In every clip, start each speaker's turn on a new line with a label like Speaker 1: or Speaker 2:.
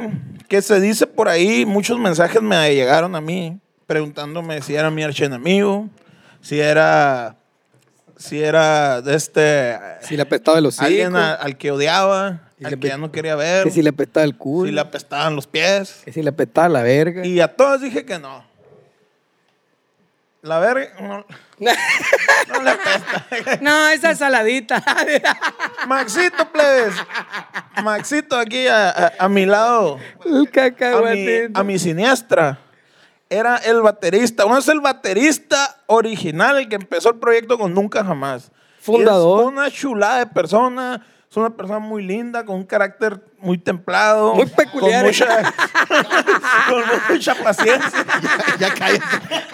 Speaker 1: que se dice por ahí, muchos mensajes me llegaron a mí preguntándome si era mi archienemigo, si era, si era de este,
Speaker 2: Si le apestaba los
Speaker 1: alguien a-
Speaker 2: hijos.
Speaker 1: al que odiaba,
Speaker 2: Y le
Speaker 1: al que
Speaker 2: pe-
Speaker 1: ya no quería ver,
Speaker 2: Que si le apestaba el culo.
Speaker 1: si le apestaban los pies.
Speaker 2: Que si le apestaba la verga.
Speaker 1: Y a todos dije que no. La verga, no, no le apesta.
Speaker 2: no, esa es saladita.
Speaker 1: Maxito, plebes. Maxito aquí a, a- a mi lado.
Speaker 2: el
Speaker 1: A mi,
Speaker 2: cacahuatito.
Speaker 1: a mi siniestra. Era el baterista. Uno es el baterista original, el que empezó el proyecto con Nunca Jamás.
Speaker 2: Fundador.
Speaker 1: Y Es una chulada de persona. Es una persona muy linda, con un carácter muy templado.
Speaker 2: Muy peculiar.
Speaker 1: Con mucha, con mucha paciencia.
Speaker 3: Ya, ya cállate. Ya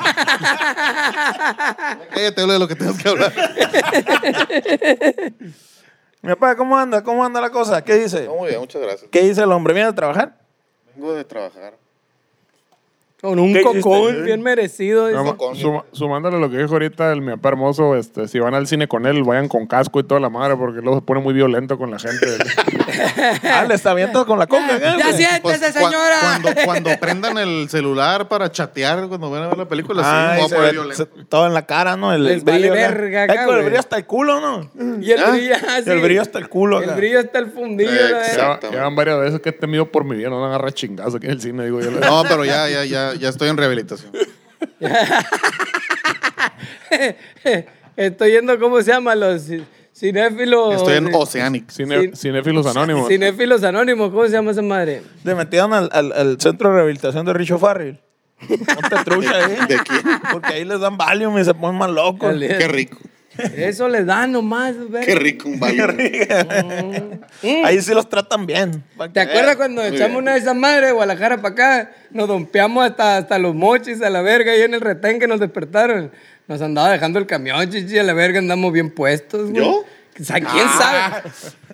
Speaker 3: cállate, habla de lo que tengas que hablar.
Speaker 1: Mi papá, ¿cómo anda? ¿Cómo anda la cosa? ¿Qué dice?
Speaker 3: No, muy bien, muchas gracias.
Speaker 1: ¿Qué dice el hombre? ¿Viene a trabajar?
Speaker 3: Vengo de trabajar.
Speaker 2: Con un
Speaker 1: ¿Qué
Speaker 2: cocón
Speaker 1: hiciste?
Speaker 2: bien merecido. dice.
Speaker 4: Nada más, suma- sumándole lo que dijo ahorita el mi apá hermoso, este, si van al cine con él, vayan con casco y toda la madre, porque luego se pone muy violento con la gente.
Speaker 1: Ah, le está viendo con la ¿eh? coca. ¿qué,
Speaker 2: Ya
Speaker 1: güey?
Speaker 2: siéntese,
Speaker 3: Pues, cua-
Speaker 2: señora.
Speaker 3: cuando, cuando prendan el celular para chatear, cuando van a ver la película,
Speaker 1: Ay,
Speaker 3: sí, no
Speaker 1: se
Speaker 3: va a poner
Speaker 1: ve
Speaker 3: violento.
Speaker 1: se- todo en la cara, ¿no? El,
Speaker 2: Les
Speaker 1: el brillo.
Speaker 2: vale
Speaker 1: ¿no?
Speaker 2: verga
Speaker 1: Ay,
Speaker 2: acá,
Speaker 1: con el
Speaker 2: güey.
Speaker 1: brillo hasta el culo, ¿no?
Speaker 2: y el
Speaker 3: ¿Ah?
Speaker 2: brillo así.
Speaker 1: El brillo hasta el culo acá.
Speaker 2: El brillo hasta el fundido. la verga.
Speaker 4: ya,
Speaker 3: Exactamente.
Speaker 4: ya van varias veces que he temido por mi vida, no me agarra chingazo aquí en el cine, digo yo.
Speaker 3: No, pero ya, ya, ya, ya estoy en rehabilitación.
Speaker 2: Estoy yendo, ¿cómo se llama? Los ci- cinéfilos.
Speaker 3: Estoy en Oceanic.
Speaker 4: Cine-
Speaker 2: Sin-
Speaker 4: cinéfilos anónimos.
Speaker 2: Cinéfilos anónimos, ¿cómo se llama esa madre?
Speaker 1: Te metieron al, al- al centro de rehabilitación de Richo Farrell. Ponte trucha ahí.
Speaker 3: ¿De quién?
Speaker 1: Porque ahí les dan Valium y se ponen más locos.
Speaker 2: Dale.
Speaker 3: Qué rico.
Speaker 2: Eso le da nomás, verga.
Speaker 3: Qué rico un baile.
Speaker 1: Ahí sí los tratan bien. Pa'
Speaker 2: Mm. ¿Te
Speaker 1: que
Speaker 2: acuerdas
Speaker 1: veas.
Speaker 2: cuando
Speaker 3: Eh, Muy
Speaker 2: echamos
Speaker 3: bien.
Speaker 2: una de esas madres de Guadalajara para acá? Nos dompeamos hasta, hasta los mochis a la verga ahí en el retén que nos despertaron. Nos andaba dejando el camión, chichi, a la verga andamos bien puestos, güey.
Speaker 3: ¿Yo? Ah.
Speaker 2: O sea, ¿Quién sabe?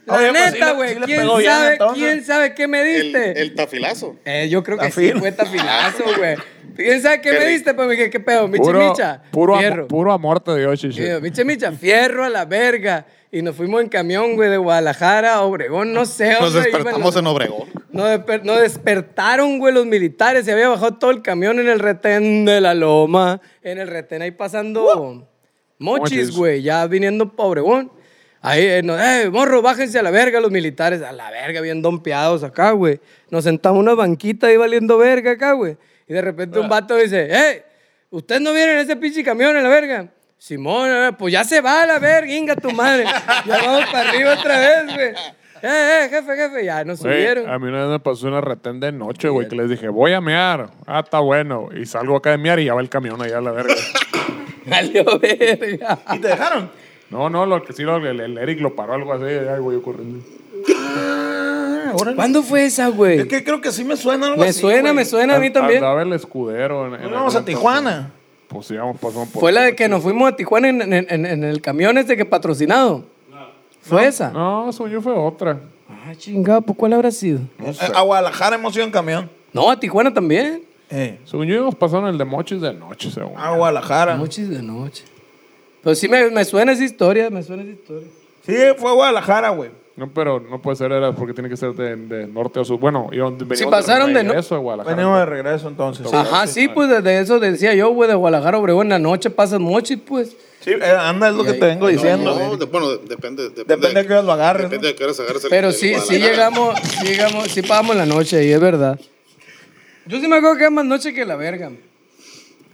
Speaker 2: La
Speaker 1: Oye, pues, sí
Speaker 2: neta,
Speaker 1: le-
Speaker 2: güey.
Speaker 1: sí le
Speaker 2: ¿quién,
Speaker 1: pegó bien,
Speaker 2: sabe,
Speaker 1: entonces.
Speaker 2: ¿Quién sabe qué me
Speaker 3: El,
Speaker 2: diste?
Speaker 3: el tafilazo.
Speaker 2: Eh, yo creo que sí
Speaker 1: Tafil.
Speaker 2: fue tafilazo, güey. ¿Quién sabe qué,
Speaker 3: Qué
Speaker 2: me
Speaker 3: rico.
Speaker 2: diste? Pues me dije, ¿qué pedo? Michi
Speaker 4: Puro,
Speaker 2: Micha.
Speaker 4: puro, amo-
Speaker 2: fierro.
Speaker 4: puro amor te dio, chichi.
Speaker 2: Y yo, Micha Micha, fierro a la verga. Y nos fuimos en camión, güey, de Guadalajara a Obregón, no sé.
Speaker 3: Nos
Speaker 2: hombre, iban
Speaker 3: despertamos
Speaker 2: los-
Speaker 3: en Obregón.
Speaker 2: no, desper- no despertaron, güey, los militares. Se había bajado todo el camión en el retén de la loma. En el retén ahí pasando mochis,
Speaker 4: Mochis.
Speaker 2: güey, ya viniendo pa' Obregón. Ahí, eh, no, eh, morro, bájense a la verga los militares. A la verga, bien dompeados acá, güey. Nos sentamos en una banquita ahí valiendo verga acá, güey. Y de repente
Speaker 4: Ah.
Speaker 2: un vato dice, eh, ¿ustedes no vieron ese pinche camión en la verga? Simón, eh, pues ya se va a la verga, inga tu madre. Ya vamos para arriba otra vez, güey. eh, eh, jefe, jefe, ya nos
Speaker 4: Güey,
Speaker 2: subieron.
Speaker 4: a mí una vez me pasó una retén de noche, güey, que les dije, voy a mear. Ah, está bueno. Y salgo acá de mear y ya va el camión allá a la verga.
Speaker 2: Valió verga.
Speaker 1: ¿Y te dejaron?
Speaker 4: no, no, lo que sí, lo- el, el Eric lo paró algo así. Ay, güey, corriendo.
Speaker 1: Ah, órale.
Speaker 2: ¿Cuándo fue esa, güey?
Speaker 1: Es que creo que sí me suena algo
Speaker 2: Me
Speaker 1: así,
Speaker 2: suena,
Speaker 1: güey.
Speaker 2: me suena a mí también.
Speaker 4: Andaba el escudero. En, en
Speaker 1: No, Vamos a
Speaker 4: aquel
Speaker 1: Tijuana.
Speaker 4: entonces. Pues sí, vamos, pasamos por.
Speaker 2: Fue la de que nos fuimos a Tijuana en, en- en- en el camión este que patrocinado. ¿Fue esa?
Speaker 4: No, eso yo fue otra.
Speaker 2: Ah, chingado, pues ¿cuál habrá sido?
Speaker 1: Eh, A Guadalajara hemos ido en camión.
Speaker 2: No, a Tijuana también.
Speaker 1: Eh,
Speaker 4: Según yo, íbamos pasando el de Mochis de noche, según.
Speaker 1: a Guadalajara.
Speaker 2: Noches de noche. Pero sí me, me suena esa historia, me suena esa historia.
Speaker 1: Sí, fue a Guadalajara, güey.
Speaker 4: No, pero no puede ser, era porque tiene que ser de, de norte a sur. Bueno, iban
Speaker 2: Sí, pasaron de no-
Speaker 4: regreso a Guadalajara.
Speaker 1: Venimos de regreso entonces.
Speaker 3: Ah,
Speaker 1: Sí,
Speaker 2: Ajá, sí, pues desde eso decía yo, güey, de Guadalajara, Obregón, en la noche pasas mochis, pues.
Speaker 1: Sí, eh, anda, es lo que te vengo diciendo.
Speaker 5: No, de- bueno, de- depende. Depende,
Speaker 1: Depende de qué horas lo agarres,
Speaker 5: Depende
Speaker 1: ¿no?
Speaker 5: de qué horas agarres el-
Speaker 2: Pero
Speaker 5: el
Speaker 2: sí, sí
Speaker 5: Guadalajara.
Speaker 2: llegamos, sí llegamos, sí pagamos la noche y es verdad. Yo sí me acuerdo que era más noche que la verga.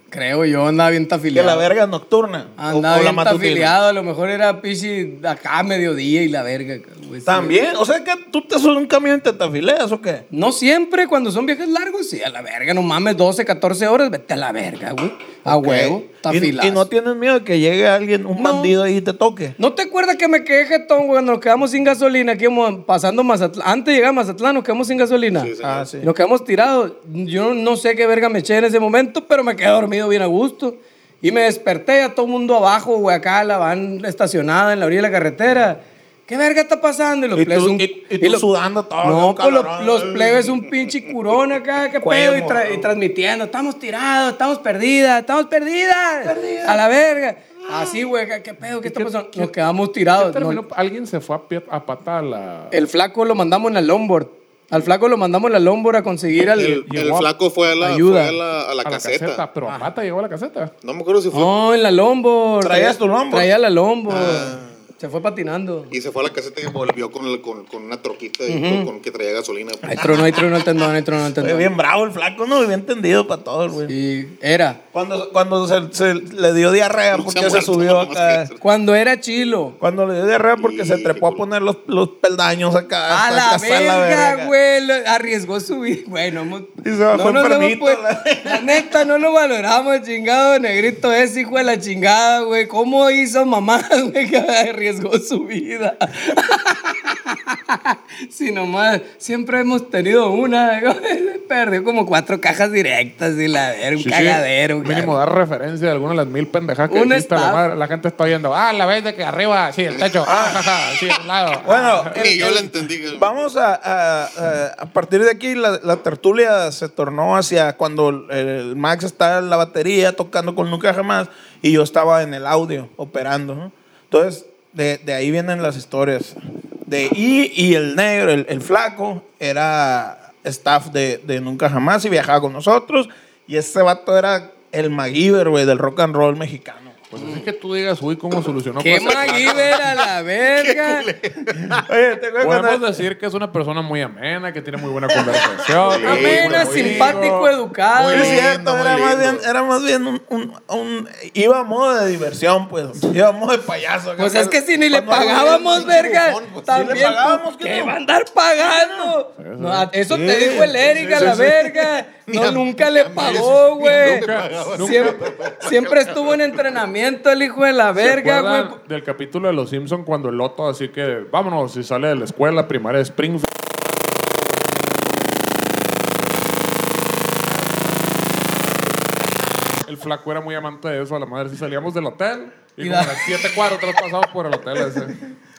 Speaker 2: Creo yo, andaba bien
Speaker 1: Que
Speaker 2: tafiliado.
Speaker 1: la verga nocturna. o-
Speaker 2: Andaba
Speaker 1: o la
Speaker 2: bien
Speaker 1: matutina.
Speaker 2: tafiliado, a lo mejor era pichi acá a mediodía y la verga. güey, sí.
Speaker 1: También, o sea que tú te subes a un camión y te tafileas o qué?
Speaker 2: No siempre, cuando son viajes largos, sí, a la verga, no mames, 12, 14 horas, vete a la verga, güey. A huevo,
Speaker 1: Y,
Speaker 2: tafilazo.
Speaker 1: y no tienes miedo de que llegue alguien, un
Speaker 2: No.
Speaker 1: bandido ahí y te toque.
Speaker 2: ¿No te acuerdas que me quedé jetón, güey, cuando nos quedamos sin gasolina, que íbamos pasando Mazatlán? Antes de llegar a Mazatlán, nos quedamos sin gasolina.
Speaker 5: Sí, sí.
Speaker 1: Ah, sí.
Speaker 2: Y nos quedamos tirados. Yo no sé qué verga me eché en ese momento, pero me quedé dormido bien a gusto. Y me desperté a todo mundo abajo, güey, acá la van estacionada en la orilla de la carretera. ¿Qué verga está pasando? Y los
Speaker 1: Y
Speaker 2: plebes
Speaker 1: tú-
Speaker 2: un-
Speaker 1: y- y tú sudando todo,
Speaker 2: No,
Speaker 1: un
Speaker 2: pues los,
Speaker 1: calorón.
Speaker 2: los plebes un pinche curón acá, qué
Speaker 1: Cuello
Speaker 2: pedo. Y, tra- y
Speaker 1: morado.
Speaker 2: transmitiendo, estamos tirados, estamos perdidas, estamos perdidas. A la verga. Así, güey, ¿qué- qué pedo, qué está pasando. Nos quedamos
Speaker 4: ¿Qué
Speaker 2: tirados.
Speaker 4: terminó?
Speaker 2: No- Eh,
Speaker 4: Alguien se fue a, pie, a patar la.
Speaker 2: el flaco lo mandamos en la longboard. Al flaco lo mandamos en la longboard a conseguir al...
Speaker 5: El, el
Speaker 4: llegó a-
Speaker 5: flaco fue a la,
Speaker 2: Ayuda.
Speaker 5: fue a la, a la caseta.
Speaker 4: Pero
Speaker 2: Ah.
Speaker 4: a pata llegó a la caseta.
Speaker 5: No me acuerdo si fue.
Speaker 2: No, en la lombo.
Speaker 1: ¿Traías tu Ah. longboard?
Speaker 2: Traía la lombo. Se fue patinando.
Speaker 5: Y se fue a la caseta y volvió con, el- con, con una troquita y con, con que traía gasolina.
Speaker 2: Ahí tronó, ahí tronó el tendón, ahí tronó el
Speaker 1: Oye,
Speaker 2: tendón.
Speaker 1: bien bravo el flaco, ¿no? Y Bien entendido para todos, güey.
Speaker 2: Y era.
Speaker 1: Cuando, cuando se, se le dio diarrea porque
Speaker 5: ha
Speaker 1: se,
Speaker 5: muerto,
Speaker 1: subió
Speaker 5: nomás
Speaker 1: acá.
Speaker 5: que-
Speaker 2: Cuando era chilo.
Speaker 1: Cuando le dio diarrea porque se
Speaker 5: Sí,
Speaker 1: trepó a
Speaker 5: qué
Speaker 1: poner los, los peldaños acá.
Speaker 2: A
Speaker 1: hasta
Speaker 2: la
Speaker 1: acá está
Speaker 2: verga, güey. lo- Arriesgó su vida. Bueno, hemos-
Speaker 1: Y se bajó
Speaker 2: nos hemos
Speaker 1: enfermito,
Speaker 2: puesto-
Speaker 1: la-
Speaker 2: La neta, no lo valoramos, chingado negrito ese, hijo de la chingada, güey. ¿Cómo hizo mamá, güey, que arriesgó su vida? Si nomás, siempre hemos tenido una. güey. Perdió como cuatro cajas directas y la verga, un
Speaker 4: Sí, sí.
Speaker 2: cagadero. güey.
Speaker 4: Mínimo ah, dar referencia de alguna de las mil pendejadas que
Speaker 2: Una
Speaker 4: existe a la
Speaker 2: estafa.
Speaker 4: madre. La gente está viendo. Ah, la vez de que arriba, sí, el techo. Ah, jaja, sí, el lado.
Speaker 1: Bueno, el-
Speaker 5: Ni yo la
Speaker 1: el-
Speaker 5: entendí. güey.
Speaker 1: Vamos a, a- a- a partir de aquí, la, la tertulia se tornó hacia cuando el, el Max está en la batería tocando con Nunca Jamás y yo estaba en el audio operando. ¿no? Entonces, de, de ahí vienen las historias. De y, y el negro, el, el flaco, era staff de, de Nunca Jamás y viajaba con nosotros. Y ese vato era el MacGyver, güey, del rock and roll mexicano.
Speaker 4: Pues así que tú digas, uy, cómo solucionó.
Speaker 2: ¡Qué
Speaker 4: cosas.
Speaker 2: MacGyver a la verga!
Speaker 1: Oye, ¿te acuerdas
Speaker 4: Podemos
Speaker 1: cuando-
Speaker 4: decir que es una persona muy amena, que tiene muy buena conversación. que es muy buen
Speaker 2: Amena,
Speaker 4: amigo.
Speaker 2: simpático, educado.
Speaker 5: Muy
Speaker 1: Sí, es
Speaker 5: lindo,
Speaker 1: cierto,
Speaker 5: muy
Speaker 1: era más,
Speaker 5: lindo.
Speaker 1: bien, era más bien un, un- un- Iba a modo de diversión, pues. Iba a modo de payaso.
Speaker 2: Pues
Speaker 1: acá,
Speaker 2: es que si ni le
Speaker 1: cuando algo
Speaker 2: pagábamos,
Speaker 1: bien,
Speaker 2: verga,
Speaker 1: bufón, pues, si
Speaker 2: también
Speaker 1: le pagábamos,
Speaker 2: ¿qué
Speaker 1: ¿qué
Speaker 2: va a
Speaker 1: no?
Speaker 2: andar pagando? No, a- eso te dijo el Eric a la verga. No, nunca le pagó, güey. Siempre, siempre estuvo en entrenamiento el hijo de la
Speaker 4: ¿Se
Speaker 2: verga,
Speaker 4: acuerdan
Speaker 2: güey.
Speaker 4: Del capítulo de Los Simpson cuando el Loto así que vámonos y sale de la escuela primaria de Springfield. El flaco era muy amante de eso, a la madre. Si salíamos del hotel y,
Speaker 2: Y
Speaker 4: como a
Speaker 2: la-
Speaker 4: las siete cuadros pasamos por el hotel ese.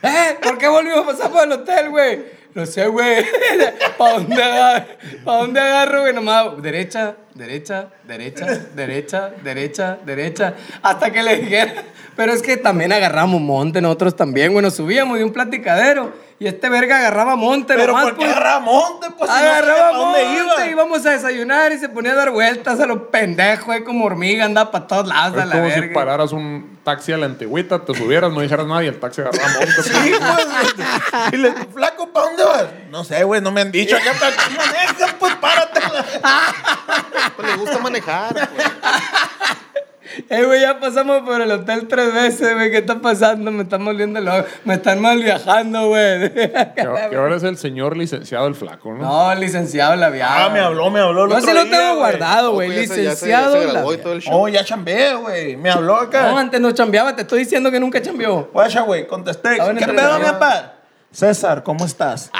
Speaker 2: ¿Eh? ¿Por qué volvimos a pasar por el hotel, güey? No sé, güey. ¿Para dónde agarro? ¿Para dónde agarro, güey? Nomás derecha, derecha, derecha, derecha, derecha, derecha. Hasta que le dijera. Pero es que también agarramos monte nosotros también, güey. Nos subíamos de un platicadero y este verga agarraba monte
Speaker 1: Pero
Speaker 2: nomás,
Speaker 1: porque
Speaker 2: pues.
Speaker 1: agarraba monte, pues. si no sabía
Speaker 2: Agarraba
Speaker 1: pa' dónde
Speaker 2: monte, íbamos a desayunar y se ponía a dar vueltas a los pendejos, güey, como hormiga, andaba para todos lados a
Speaker 4: Es
Speaker 2: la
Speaker 4: como si
Speaker 2: verga.
Speaker 4: pararas un taxi a la antigüita, te subieras, no dijeras nada y el taxi agarraba monte.
Speaker 1: Sí, pues. Y le digo, flaco, ¿para dónde vas? No sé, güey, no me han dicho. Acá está, tú manejas, pues párate.
Speaker 5: Pues le gusta manejar. pues.
Speaker 2: Eh, güey, ya pasamos por el hotel tres veces, güey. ¿Qué está pasando? Me están moliendo el ojo. Me están mal viajando, güey.
Speaker 4: Que, que ahora es el señor licenciado el flaco, ¿no?
Speaker 2: No, licenciado labial.
Speaker 1: Ah, me habló, me habló el
Speaker 2: Yo
Speaker 1: otro
Speaker 2: sí lo
Speaker 1: día,
Speaker 2: tengo
Speaker 1: güey.
Speaker 2: guardado, güey.
Speaker 3: Ojo, ya se- ya se- ya
Speaker 2: Licenciado
Speaker 3: se graduó y
Speaker 2: labial.
Speaker 3: todo el show.
Speaker 1: Oh, ya chambeé, güey. Me habló acá.
Speaker 2: No, antes no chambeaba. Te estoy diciendo que nunca chambeó.
Speaker 1: Guacha, güey, contesté.
Speaker 2: Estaba en
Speaker 1: ¿Qué pedo,
Speaker 2: entrenamiento.
Speaker 1: mi papá? César, ¿cómo estás?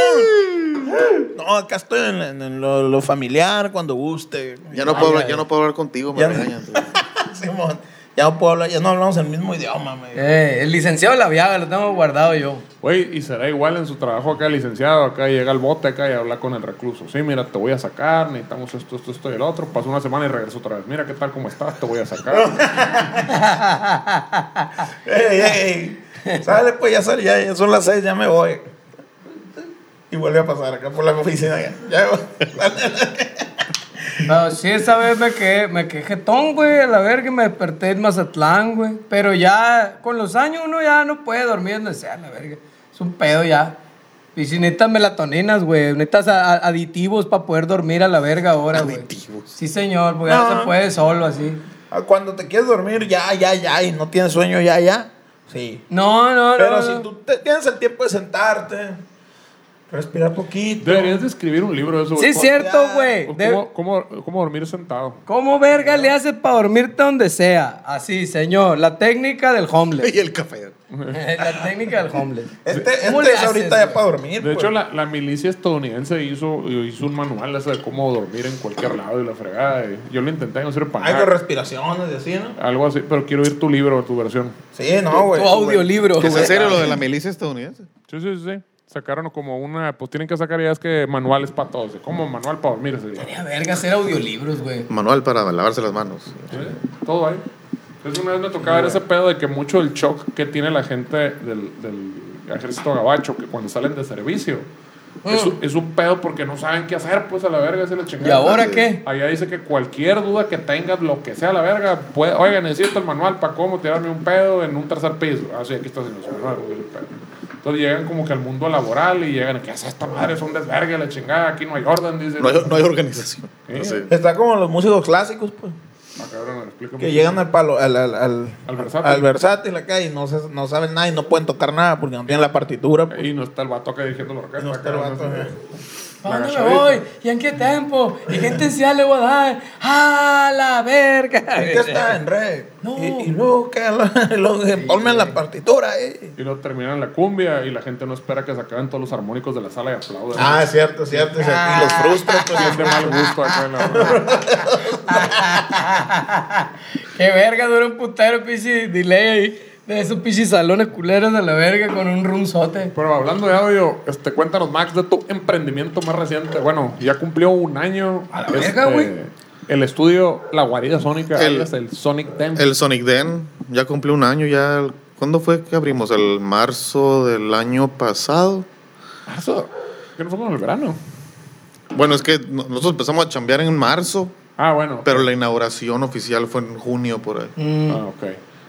Speaker 1: ¡Cabrón! No, acá estoy en, en- en lo, lo familiar, cuando guste.
Speaker 3: Ya no, puedo, hablar- ya no puedo hablar contigo, me
Speaker 1: Ya-
Speaker 3: regañan.
Speaker 1: Simón, ya no puedo hablar, ya no hablamos el mismo idioma, güey.
Speaker 2: Eh, el licenciado labial lo tengo guardado yo.
Speaker 4: Güey, y será igual en su trabajo acá, licenciado. Acá llega el bote acá y habla con el recluso. Sí, mira, te voy a sacar, necesitamos esto, esto, esto y el otro. Pasó una semana y regresó otra vez. Mira qué tal, cómo estás, te voy a sacar.
Speaker 1: Ey, ey, ey. Sale, pues ya sale, ya, ya son las seis, ya me voy. Y vuelve a pasar acá por la oficina. Ya, ya
Speaker 2: No, sí, esa vez me quedé, me quedé jetón, güey, a la verga, me desperté en Mazatlán, güey. Pero ya, con los años uno ya no puede dormir donde sea, la verga. Es un pedo ya. Y si necesitas melatoninas, güey, necesitas a- a- aditivos para poder dormir a la verga ahora, güey. Aditivos. Sí, señor, porque ya no
Speaker 1: No.
Speaker 2: se puede solo así.
Speaker 1: Ah, Cuando te quieres dormir, ya, ya, ya, y no tienes sueño, ya, ya. Sí.
Speaker 2: No, no, no.
Speaker 1: Pero
Speaker 2: no.
Speaker 1: si tú te- tienes el tiempo de sentarte, respirar poquito.
Speaker 4: Deberías de escribir un libro de eso.
Speaker 2: Sí,
Speaker 4: güey.
Speaker 2: es cierto, güey.
Speaker 4: ¿Cómo,
Speaker 2: De-
Speaker 4: cómo, cómo- cómo dormir sentado?
Speaker 2: ¿Cómo verga le haces para dormirte donde sea? Así, señor, la técnica del homeless. Eh,
Speaker 3: y el café.
Speaker 2: la técnica del homeless.
Speaker 1: Este,
Speaker 2: ¿Cómo
Speaker 1: este
Speaker 2: le
Speaker 1: es ahorita
Speaker 2: haces,
Speaker 1: ya
Speaker 2: güey?
Speaker 1: para dormir.
Speaker 4: De
Speaker 1: pues.
Speaker 4: hecho, la, la milicia estadounidense hizo, hizo un manual ese de cómo dormir en cualquier lado y la fregada. y yo lo intenté no sirve para
Speaker 1: Hay dos
Speaker 4: nada.
Speaker 1: respiraciones y así, ¿no?
Speaker 4: Algo así, pero quiero oír tu libro, tu versión.
Speaker 1: Sí, no, güey.
Speaker 2: Tu audiolibro.
Speaker 3: ¿Qué ¿Es
Speaker 2: güey.
Speaker 3: en serio lo de la milicia estadounidense?
Speaker 4: Sí, sí, sí, sí. Sacaron como una, pues tienen que sacar ya es que manuales para todos. Como manual para dormir. así.
Speaker 2: Sería verga hacer audiolibros, güey.
Speaker 3: Manual para lavarse las manos.
Speaker 4: Todo ahí. Entonces una vez me tocaba ver ese pedo de que mucho el shock que tiene la gente del, del ejército gabacho, que cuando salen de servicio, es, un- es un pedo porque no saben qué hacer, pues a la verga se la chingada.
Speaker 2: ¿Y ahora qué?
Speaker 4: Allá dice que cualquier duda que tengas, lo que sea la verga, puede, oiga, necesito el manual para cómo tirarme un pedo en un tercer piso. Ah, sí, aquí está señor, su manual, porque es el pedo. Entonces llegan como que al mundo laboral y llegan, ¿qué hace esta madre? Es un desvergue, la chingada, aquí no hay orden, dicen.
Speaker 3: No hay, no hay organización.
Speaker 2: ¿Eh?
Speaker 3: No sé.
Speaker 1: Está como los músicos clásicos, pues.
Speaker 4: Ah, cabrón, explícame.
Speaker 1: Que llegan al palo, al, al, al,
Speaker 4: Al versátil.
Speaker 1: al versátil acá y no, se- no saben nada y no pueden tocar nada porque no tienen la partitura. pues.
Speaker 4: Y no está el vato que dirigiendo la orquesta.
Speaker 1: No está el
Speaker 4: cabrón,
Speaker 1: vato,
Speaker 4: no sé.
Speaker 1: eh.
Speaker 2: ¿A dónde me voy? ¿Y en qué tiempo? ¿Y qué intensidad le voy a dar? ¡Ah, la
Speaker 1: Es que
Speaker 2: verga!
Speaker 1: está en red.
Speaker 2: No.
Speaker 1: Y, y luego que lo- luego que ponme la partitura, eh.
Speaker 4: Y luego terminan la cumbia y la gente no espera que se acaben todos los armónicos de la sala y aplauden.
Speaker 1: Ah, cierto, cierto. cierto. Y los frustra, pues.
Speaker 4: Es de mal gusto acá en la hora.
Speaker 2: ¡Qué verga! Dura un putero pinche delay ahí. De esos pinches salones culeros de la verga con un runzote.
Speaker 4: Pero hablando de audio, este, cuéntanos, Max, de tu emprendimiento más reciente. Bueno, ya cumplió un año. Este,
Speaker 2: A la verga, güey.
Speaker 4: El estudio La Guarida Sónica,
Speaker 3: El-
Speaker 4: el, el Sonic Temple.
Speaker 3: El Sonic Den ya cumplió un año. ya ¿Cuándo fue que abrimos? El marzo del año pasado.
Speaker 4: marzo. Que no fue en el verano.
Speaker 3: Bueno, es que no- nosotros empezamos a chambear en marzo,
Speaker 4: Ah, bueno.
Speaker 3: pero la inauguración oficial fue en junio por ahí.
Speaker 2: Mm.
Speaker 4: Ah, ok.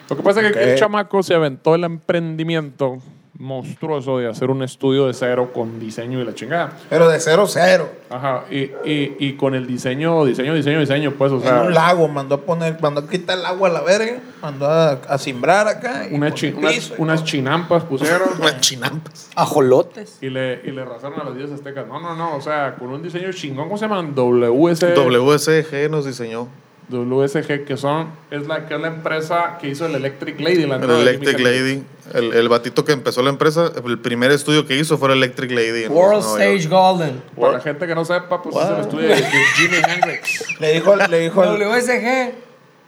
Speaker 4: Lo que pasa es que el chamaco se aventó el emprendimiento monstruoso de hacer un estudio de cero con diseño y la chingada.
Speaker 1: Pero de cero, cero.
Speaker 4: Ajá, y, y, y con el diseño, diseño, diseño, diseño, pues, o
Speaker 1: En
Speaker 4: sea,
Speaker 1: un lago, mandó a poner, mandó a quitar el agua a la verga, mandó a, a simbrar acá. y
Speaker 4: unas,
Speaker 1: con
Speaker 4: chi-
Speaker 1: el
Speaker 4: unas-
Speaker 1: piso y
Speaker 4: unas
Speaker 1: todo.
Speaker 4: chinampas pusieron
Speaker 3: Unas chinampas.
Speaker 2: Ajolotes.
Speaker 4: y le, y le rasaron a los dioses aztecas. No, no, no, o sea, con un diseño chingón, ¿cómo se llaman? WS,
Speaker 3: WSG nos diseñó.
Speaker 4: WSG, que son, es la, que es la empresa que hizo el Electric Lady.
Speaker 1: Ah,
Speaker 4: La
Speaker 3: El
Speaker 4: nueva de
Speaker 3: Electric
Speaker 4: Chemical
Speaker 3: Lady. El, el batito que empezó la empresa, el primer estudio que hizo fue el Electric Lady. en
Speaker 2: World
Speaker 3: Nueva
Speaker 2: Stage
Speaker 3: York.
Speaker 2: Golden.
Speaker 4: Para la gente que no sepa, pues es el estudio de, de Jimi Hendrix.
Speaker 1: Le dijo, le dijo, al-
Speaker 2: WSG.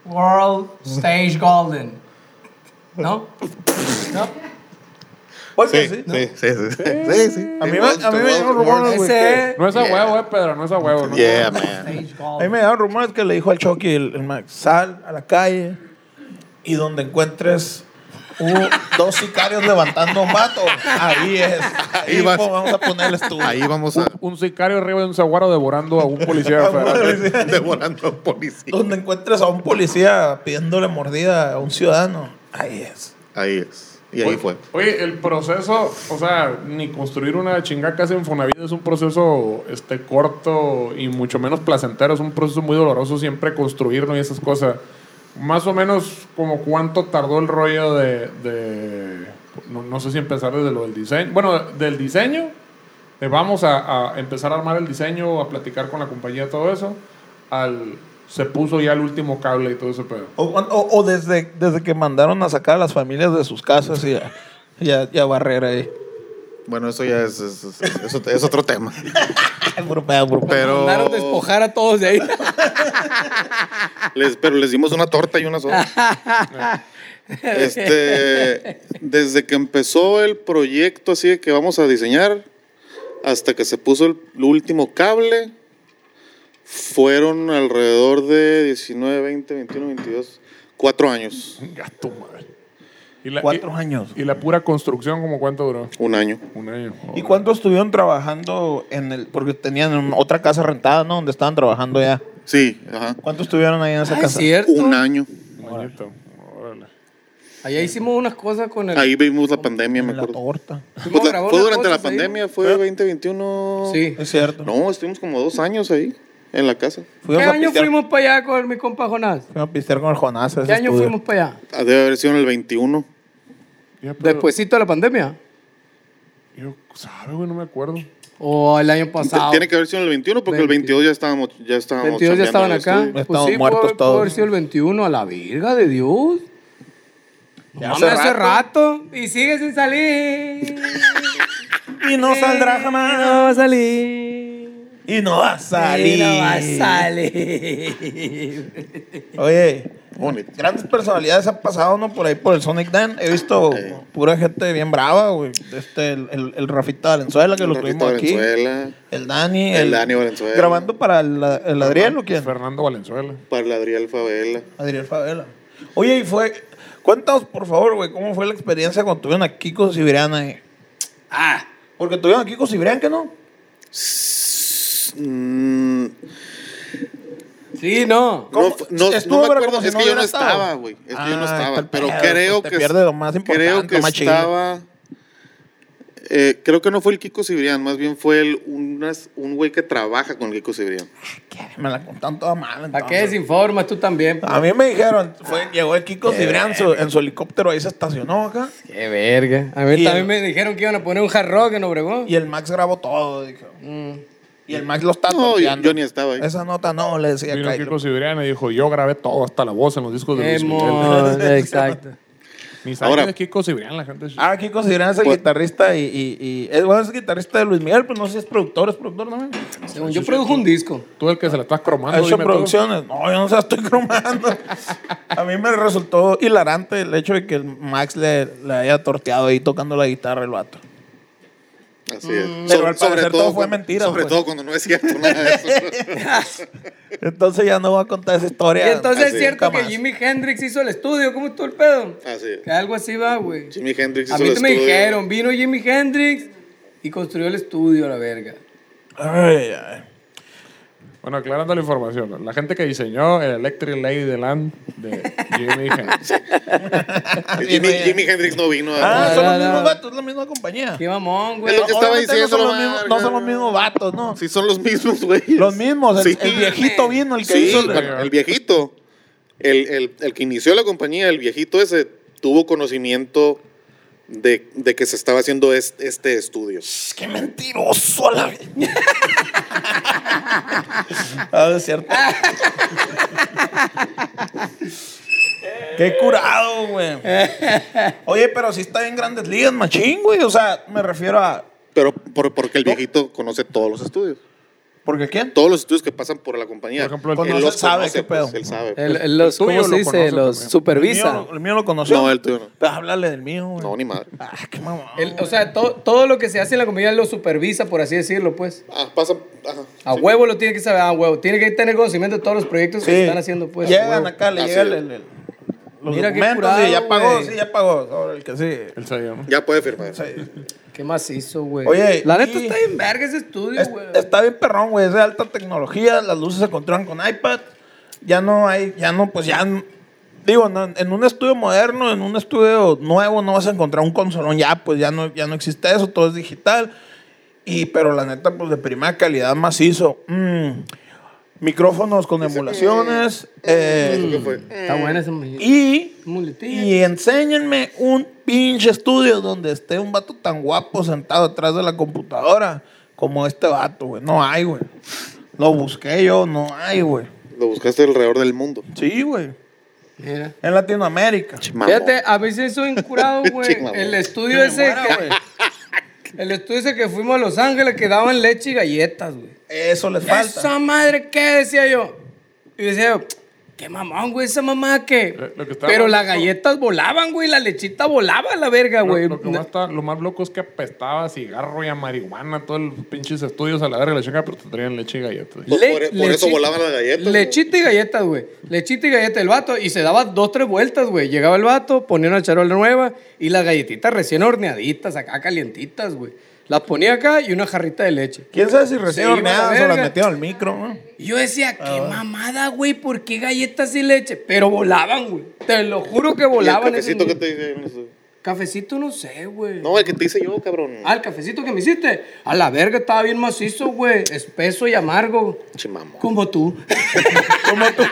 Speaker 2: World Stage Golden. ¿No? ¿No?
Speaker 1: Porque sí.
Speaker 3: Sí, sí, sí, sí, sí, sí.
Speaker 1: A mí me- a mí me dieron rumores, güey,
Speaker 2: Ese es
Speaker 4: No es a huevo, eh, Pedro, no es a huevo. No
Speaker 3: Yeah, man.
Speaker 2: Stage
Speaker 1: A mí
Speaker 2: Golden.
Speaker 1: me daban rumores que le dijo al Chucky, el, el Max, sal a la calle y donde encuentres un- dos sicarios levantando un vato, ahí es. Ahí,
Speaker 3: Ahí vas.
Speaker 1: po, vamos a ponerles tú.
Speaker 3: Ahí vamos a
Speaker 4: Un sicario arriba de un saguaro devorando a un policía federal.
Speaker 3: devorando a policía.
Speaker 1: Donde encuentres a un policía pidiéndole mordida a un ciudadano, ahí es.
Speaker 3: Ahí es. Y ahí fue.
Speaker 4: Oye, el proceso, o sea, ni construir una chingada casa en Fonavit es un proceso este, corto y mucho menos placentero. Es un proceso muy doloroso siempre construirlo y esas cosas. Más o menos, como cuánto tardó el rollo de. de- no, no sé si empezar desde lo del diseño. Bueno, del diseño. de vamos a, a empezar a armar el diseño, a platicar con la compañía, todo eso. Al. Se puso ya el último cable y todo ese pedo.
Speaker 1: O, o- o desde, desde que mandaron a sacar a las familias de sus casas y a, y a- y a barrer ahí.
Speaker 3: Bueno, eso ya es, es- es- es otro- es otro tema.
Speaker 1: Puro pedo, puro pedo.
Speaker 3: Pero
Speaker 2: Mandaron despojar a todos de ahí.
Speaker 3: les, pero les dimos una torta y una sopa. Este, desde que empezó el proyecto así de que vamos a diseñar, hasta que se puso el, último cable, fueron alrededor de 19, 20, 21, 22, cuatro años,
Speaker 4: Gato madre. Y
Speaker 2: eh,
Speaker 4: la-
Speaker 1: Cuatro
Speaker 4: y-
Speaker 1: años.
Speaker 4: ¿Y la pura construcción como cuánto duró?
Speaker 3: un año.
Speaker 4: Un año.
Speaker 1: ¿Y cuánto estuvieron trabajando en el.? Porque tenían un- otra casa rentada, ¿no? Donde estaban trabajando ya.
Speaker 3: Sí, ajá.
Speaker 1: ¿Cuánto estuvieron ahí en esa
Speaker 2: Ah, es
Speaker 1: casa?
Speaker 2: cierto.
Speaker 3: Un año.
Speaker 4: Un añito. Órale.
Speaker 2: Allá hicimos unas cosas con el.
Speaker 3: Ahí vimos la pandemia, me
Speaker 1: En la
Speaker 3: acuerdo.
Speaker 1: torta.
Speaker 2: Fuimos
Speaker 3: Pues
Speaker 2: a
Speaker 3: la-
Speaker 2: grabar
Speaker 3: fue
Speaker 2: unas
Speaker 3: durante la
Speaker 2: cosas ahí.
Speaker 3: pandemia, fue 2021.
Speaker 2: Sí.
Speaker 1: Es cierto.
Speaker 3: No, estuvimos como dos años ahí, en la casa.
Speaker 2: ¿Qué
Speaker 1: Fuimos a
Speaker 2: año
Speaker 1: pistear-
Speaker 2: fuimos para allá con mi compa Jonás?
Speaker 1: fuimos a pistear con el Jonás. a ese
Speaker 2: ¿Qué año
Speaker 1: estudio.
Speaker 2: fuimos para allá?
Speaker 3: Ah, Debe haber sido en el 21.
Speaker 4: Ya, pero-
Speaker 2: ¿Despuésito de la pandemia?
Speaker 4: Yo, sabe, güey, no me acuerdo.
Speaker 2: ¿O el año pasado?
Speaker 3: Tiene que haber sido en el 21 porque el 22 ya estábamos. Ya estábamos
Speaker 2: 22 ya estaban
Speaker 3: chambeando en el
Speaker 2: acá. Pues
Speaker 3: estudio.
Speaker 1: Ya estaban muertos
Speaker 2: pudo haber- pudo
Speaker 1: todos.
Speaker 2: haber sido el 21 a la verga de Dios.
Speaker 1: Ya
Speaker 2: Mames, hace rato. Y sigue sin salir.
Speaker 1: Y no saldrá
Speaker 2: Y
Speaker 1: jamás.
Speaker 2: No va a salir.
Speaker 1: Y no va a salir.
Speaker 2: Y no va a salir.
Speaker 1: Oye,
Speaker 3: Bonito.
Speaker 1: grandes personalidades han pasado, ¿no? Por ahí, por el Sonic Dan. He visto pura gente bien brava, güey. Este, el, el, el Rafita Valenzuela, que lo
Speaker 3: Rafita
Speaker 1: tuvimos aquí.
Speaker 3: Valenzuela,
Speaker 1: El Dani.
Speaker 3: El Dani Valenzuela.
Speaker 1: Grabando para el, el Adriel, ¿o quién?
Speaker 4: Fernando Valenzuela.
Speaker 3: para Adriel Favela.
Speaker 1: Adriel Favela. Oye, y fue... Cuéntanos, por favor, güey, cómo fue la experiencia cuando tuvieron a Kiko Sibirán ahí.
Speaker 2: Ah,
Speaker 1: Porque tuvieron a Kiko Sibirán, ¿qué no?
Speaker 3: Mm,
Speaker 2: sí, no.
Speaker 3: no,
Speaker 1: ¿Cómo?
Speaker 3: fu- no,
Speaker 1: Estuvo,
Speaker 3: no me
Speaker 1: pero
Speaker 3: acuerdo,
Speaker 1: como si
Speaker 3: es
Speaker 1: no
Speaker 3: que yo no
Speaker 1: hubiera estado.
Speaker 3: estaba, güey. Es que yo no
Speaker 1: Ah, está
Speaker 3: estaba.
Speaker 1: el
Speaker 3: Pero
Speaker 1: pedo,
Speaker 3: creo
Speaker 1: te
Speaker 3: que.
Speaker 1: pierdes lo más importante,
Speaker 3: creo que
Speaker 1: lo más chido.
Speaker 3: estaba. eh, creo que no fue el Kiko Cibrián, más bien fue el, unas- un güey que trabaja con el Kiko Cibrián.
Speaker 1: ¿Qué? Me la contaron toda mal.
Speaker 2: ¿Para
Speaker 1: entonces.
Speaker 2: qué Ah. desinformas tú también?
Speaker 1: A mí me dijeron, fue, llegó el
Speaker 2: Eh.
Speaker 1: Kiko Cibrián en su- en su helicóptero, ahí se estacionó acá.
Speaker 2: Qué verga. A mí
Speaker 1: Y
Speaker 2: también
Speaker 1: el-
Speaker 2: me dijeron que iban a poner un hard rock en Obregón.
Speaker 1: Y el Max grabó todo, dijo.
Speaker 4: Mm.
Speaker 1: Y el Max lo está
Speaker 3: No, yo,
Speaker 1: torteando.
Speaker 3: yo ni estaba ahí.
Speaker 1: Esa nota no, le decía
Speaker 4: Vino
Speaker 1: Kylo.
Speaker 4: Kiko Sibiriana y dijo, yo grabé todo, hasta la voz en los discos de Luis Miguel.
Speaker 2: Hemos- Exacto.
Speaker 4: Ni
Speaker 3: Ahora-
Speaker 4: sabe de Kiko Sibiriana la gente.
Speaker 1: Ah, Kiko Cibrián es el guitarrista y, y, y- es, bueno, es el guitarrista de Luis Miguel, pues no sé si es productor, es productor, ¿no?
Speaker 2: Según yo produjo un disco.
Speaker 4: Tú el que se la estás cromando.
Speaker 1: Ha hecho
Speaker 4: Ah, dime tú.
Speaker 1: producciones. No, yo no se la estoy cromando. A mí me resultó hilarante el hecho de que el Max le, le haya torteado ahí tocando la guitarra el vato.
Speaker 3: Así es.
Speaker 1: Mm. Pero al parecer todo fue
Speaker 3: cuando-
Speaker 1: mentira,
Speaker 3: Sobre
Speaker 1: pues.
Speaker 3: todo cuando no es cierto nada de eso.
Speaker 1: Entonces ya no voy a contar esa
Speaker 2: Y
Speaker 1: historia.
Speaker 2: entonces
Speaker 3: así,
Speaker 2: es cierto
Speaker 1: nunca
Speaker 2: que
Speaker 1: más.
Speaker 2: Jimi Hendrix hizo el estudio. ¿Cómo estuvo el pedo?
Speaker 1: Eh,
Speaker 3: Así es.
Speaker 2: Que algo así va, güey.
Speaker 3: Ah, Jimi Hendrix
Speaker 2: A
Speaker 3: hizo
Speaker 2: mí
Speaker 3: el
Speaker 2: te me
Speaker 3: estudio.
Speaker 2: dijeron, vino Jimi Hendrix y construyó el estudio a la verga.
Speaker 1: Ay, ay.
Speaker 4: Bueno, aclarando la información. La gente que diseñó el Electric Lady de Land de Jimmy Hendrix.
Speaker 3: Jimi, Jimi Hendrix no vino.
Speaker 1: Ah,
Speaker 2: Ah,
Speaker 1: son los
Speaker 2: no,
Speaker 1: mismos
Speaker 2: no.
Speaker 1: vatos, es la misma compañía.
Speaker 2: Qué mamón,
Speaker 3: Es
Speaker 2: güey.
Speaker 3: lo que estaba
Speaker 1: Obviamente
Speaker 3: diciendo,
Speaker 1: No son,
Speaker 3: la
Speaker 1: los mismos,
Speaker 3: verga.
Speaker 1: no son los mismos vatos, ¿no?
Speaker 3: Sí, son los mismos, güey.
Speaker 1: Los mismos. El,
Speaker 3: Sí.
Speaker 1: el viejito vino, el que
Speaker 3: Sí,
Speaker 1: hizo. el-
Speaker 3: bueno, el viejito. El, el- el que inició la compañía, el viejito ese, tuvo conocimiento de, de que se estaba haciendo es- este estudio.
Speaker 1: ¡Qué mentiroso! a La... ah, es cierto. ¡Qué curado, güey! Oye, pero sí está en grandes ligas, machín, güey. O sea, me refiero a.
Speaker 3: Pero por- porque el viejito conoce todos los estudios.
Speaker 1: ¿Porque quién?
Speaker 3: Todos los estudios que pasan por la compañía.
Speaker 4: Por ejemplo, el-
Speaker 3: él
Speaker 1: Conoce,
Speaker 3: los
Speaker 1: sabe
Speaker 3: conoce,
Speaker 1: qué pedo.
Speaker 3: pues, él sabe.
Speaker 2: El- el- los,
Speaker 4: tuyo
Speaker 2: ¿Cómo se
Speaker 4: lo
Speaker 2: dice?
Speaker 4: conoce
Speaker 2: Los
Speaker 4: también.
Speaker 1: El
Speaker 2: supervisa.
Speaker 1: mío, el mío lo conoció.
Speaker 3: No, el tuyo no.
Speaker 1: Pero háblale del mío, güey.
Speaker 3: No, ni madre.
Speaker 1: Ah, qué mamá.
Speaker 2: El- o sea, to- todo lo que se hace en la comunidad lo supervisa, por así decirlo, pues.
Speaker 3: Ah, pasa. ajá.
Speaker 2: A huevo lo tiene que saber, a huevo. Tiene que tener conocimiento de todos los proyectos que se están haciendo, pues. a
Speaker 1: Llegan
Speaker 2: huevo.
Speaker 1: acá, le
Speaker 3: Así
Speaker 1: llega
Speaker 3: es.
Speaker 1: el, el- el- los
Speaker 2: Mira qué
Speaker 1: documentos,
Speaker 2: curado,
Speaker 1: sí, ya pagó,
Speaker 2: güey.
Speaker 1: sí, ya pagó. Ahora el que sí.
Speaker 4: Él se llama.
Speaker 3: Ya puede firmar.
Speaker 1: Sí.
Speaker 2: ¿Qué más hizo, güey?
Speaker 1: Oye,
Speaker 2: La neta
Speaker 1: y-
Speaker 2: está bien verga ese estudio,
Speaker 1: Es-
Speaker 2: güey.
Speaker 1: está bien perrón, güey, es de alta tecnología, las luces se controlan con iPad. Ya no hay, ya no, pues ya n- Digo, no, en un estudio moderno, en un estudio nuevo, no vas a encontrar un consolón ya, pues ya no, ya no existe eso, todo es digital. Y, pero la neta, pues de primera calidad macizo. Mm. Micrófonos con emulaciones.
Speaker 3: Eso
Speaker 1: eh,
Speaker 3: que fue.
Speaker 2: Está buena esa muletilla.
Speaker 1: y,
Speaker 2: Muletilla.
Speaker 1: y enséñenme un pinche estudio donde esté un vato tan guapo sentado atrás de la computadora como este vato, güey. No hay, güey. Lo busqué yo, no hay, güey.
Speaker 3: Lo buscaste alrededor del mundo.
Speaker 1: Sí, güey.
Speaker 2: Mira.
Speaker 1: En Latinoamérica.
Speaker 3: Mamón.
Speaker 2: Fíjate, a mí se hizo incurado, güey.
Speaker 3: Chimamón.
Speaker 2: El estudio ese que- el estudio ese que fuimos a Los Ángeles que daban leche y galletas, güey.
Speaker 1: Eso les falta.
Speaker 2: Esa madre, ¿qué? Decía yo. Y decía yo, qué mamón, güey, esa mamá que.
Speaker 4: Lo- lo que estaba
Speaker 2: Pero las
Speaker 4: hablando-
Speaker 2: galletas volaban, güey, la lechita volaba a la verga,
Speaker 4: Lo,
Speaker 2: güey.
Speaker 4: lo que más está- lo más loco es que apestaba a cigarro y a marihuana, todos los pinches estudios a la verga, la chingada, pero te traían leche y galletas.
Speaker 3: Por- e-, por eso volaban las galletas, güey.
Speaker 2: Lechita y galletas, güey. Lechita y galletas el vato. Y se daba dos, tres vueltas, güey. Llegaba el vato, ponía una charola nueva y las galletitas recién horneaditas, acá calientitas, güey. Las ponía acá y una jarrita de leche.
Speaker 1: ¿Quién sabe si
Speaker 2: Se
Speaker 1: recién
Speaker 2: iba a la
Speaker 1: horneadas o las
Speaker 2: verga.
Speaker 1: metieron al micro? ¿no?
Speaker 2: Y yo decía, qué mamada, güey, ¿por qué galletas y leche? Pero volaban, güey. Te lo juro que
Speaker 3: ¿Y el
Speaker 2: volaban. esas
Speaker 3: cafecito que
Speaker 2: mierdas.
Speaker 3: te hice en eso?
Speaker 2: Cafecito no sé, güey.
Speaker 3: No, el que te hice yo, cabrón.
Speaker 2: Ah, el cafecito que me hiciste. A la verga estaba bien macizo, güey. Espeso y amargo.
Speaker 3: Chimamo.
Speaker 2: Como tú.
Speaker 1: Como tú.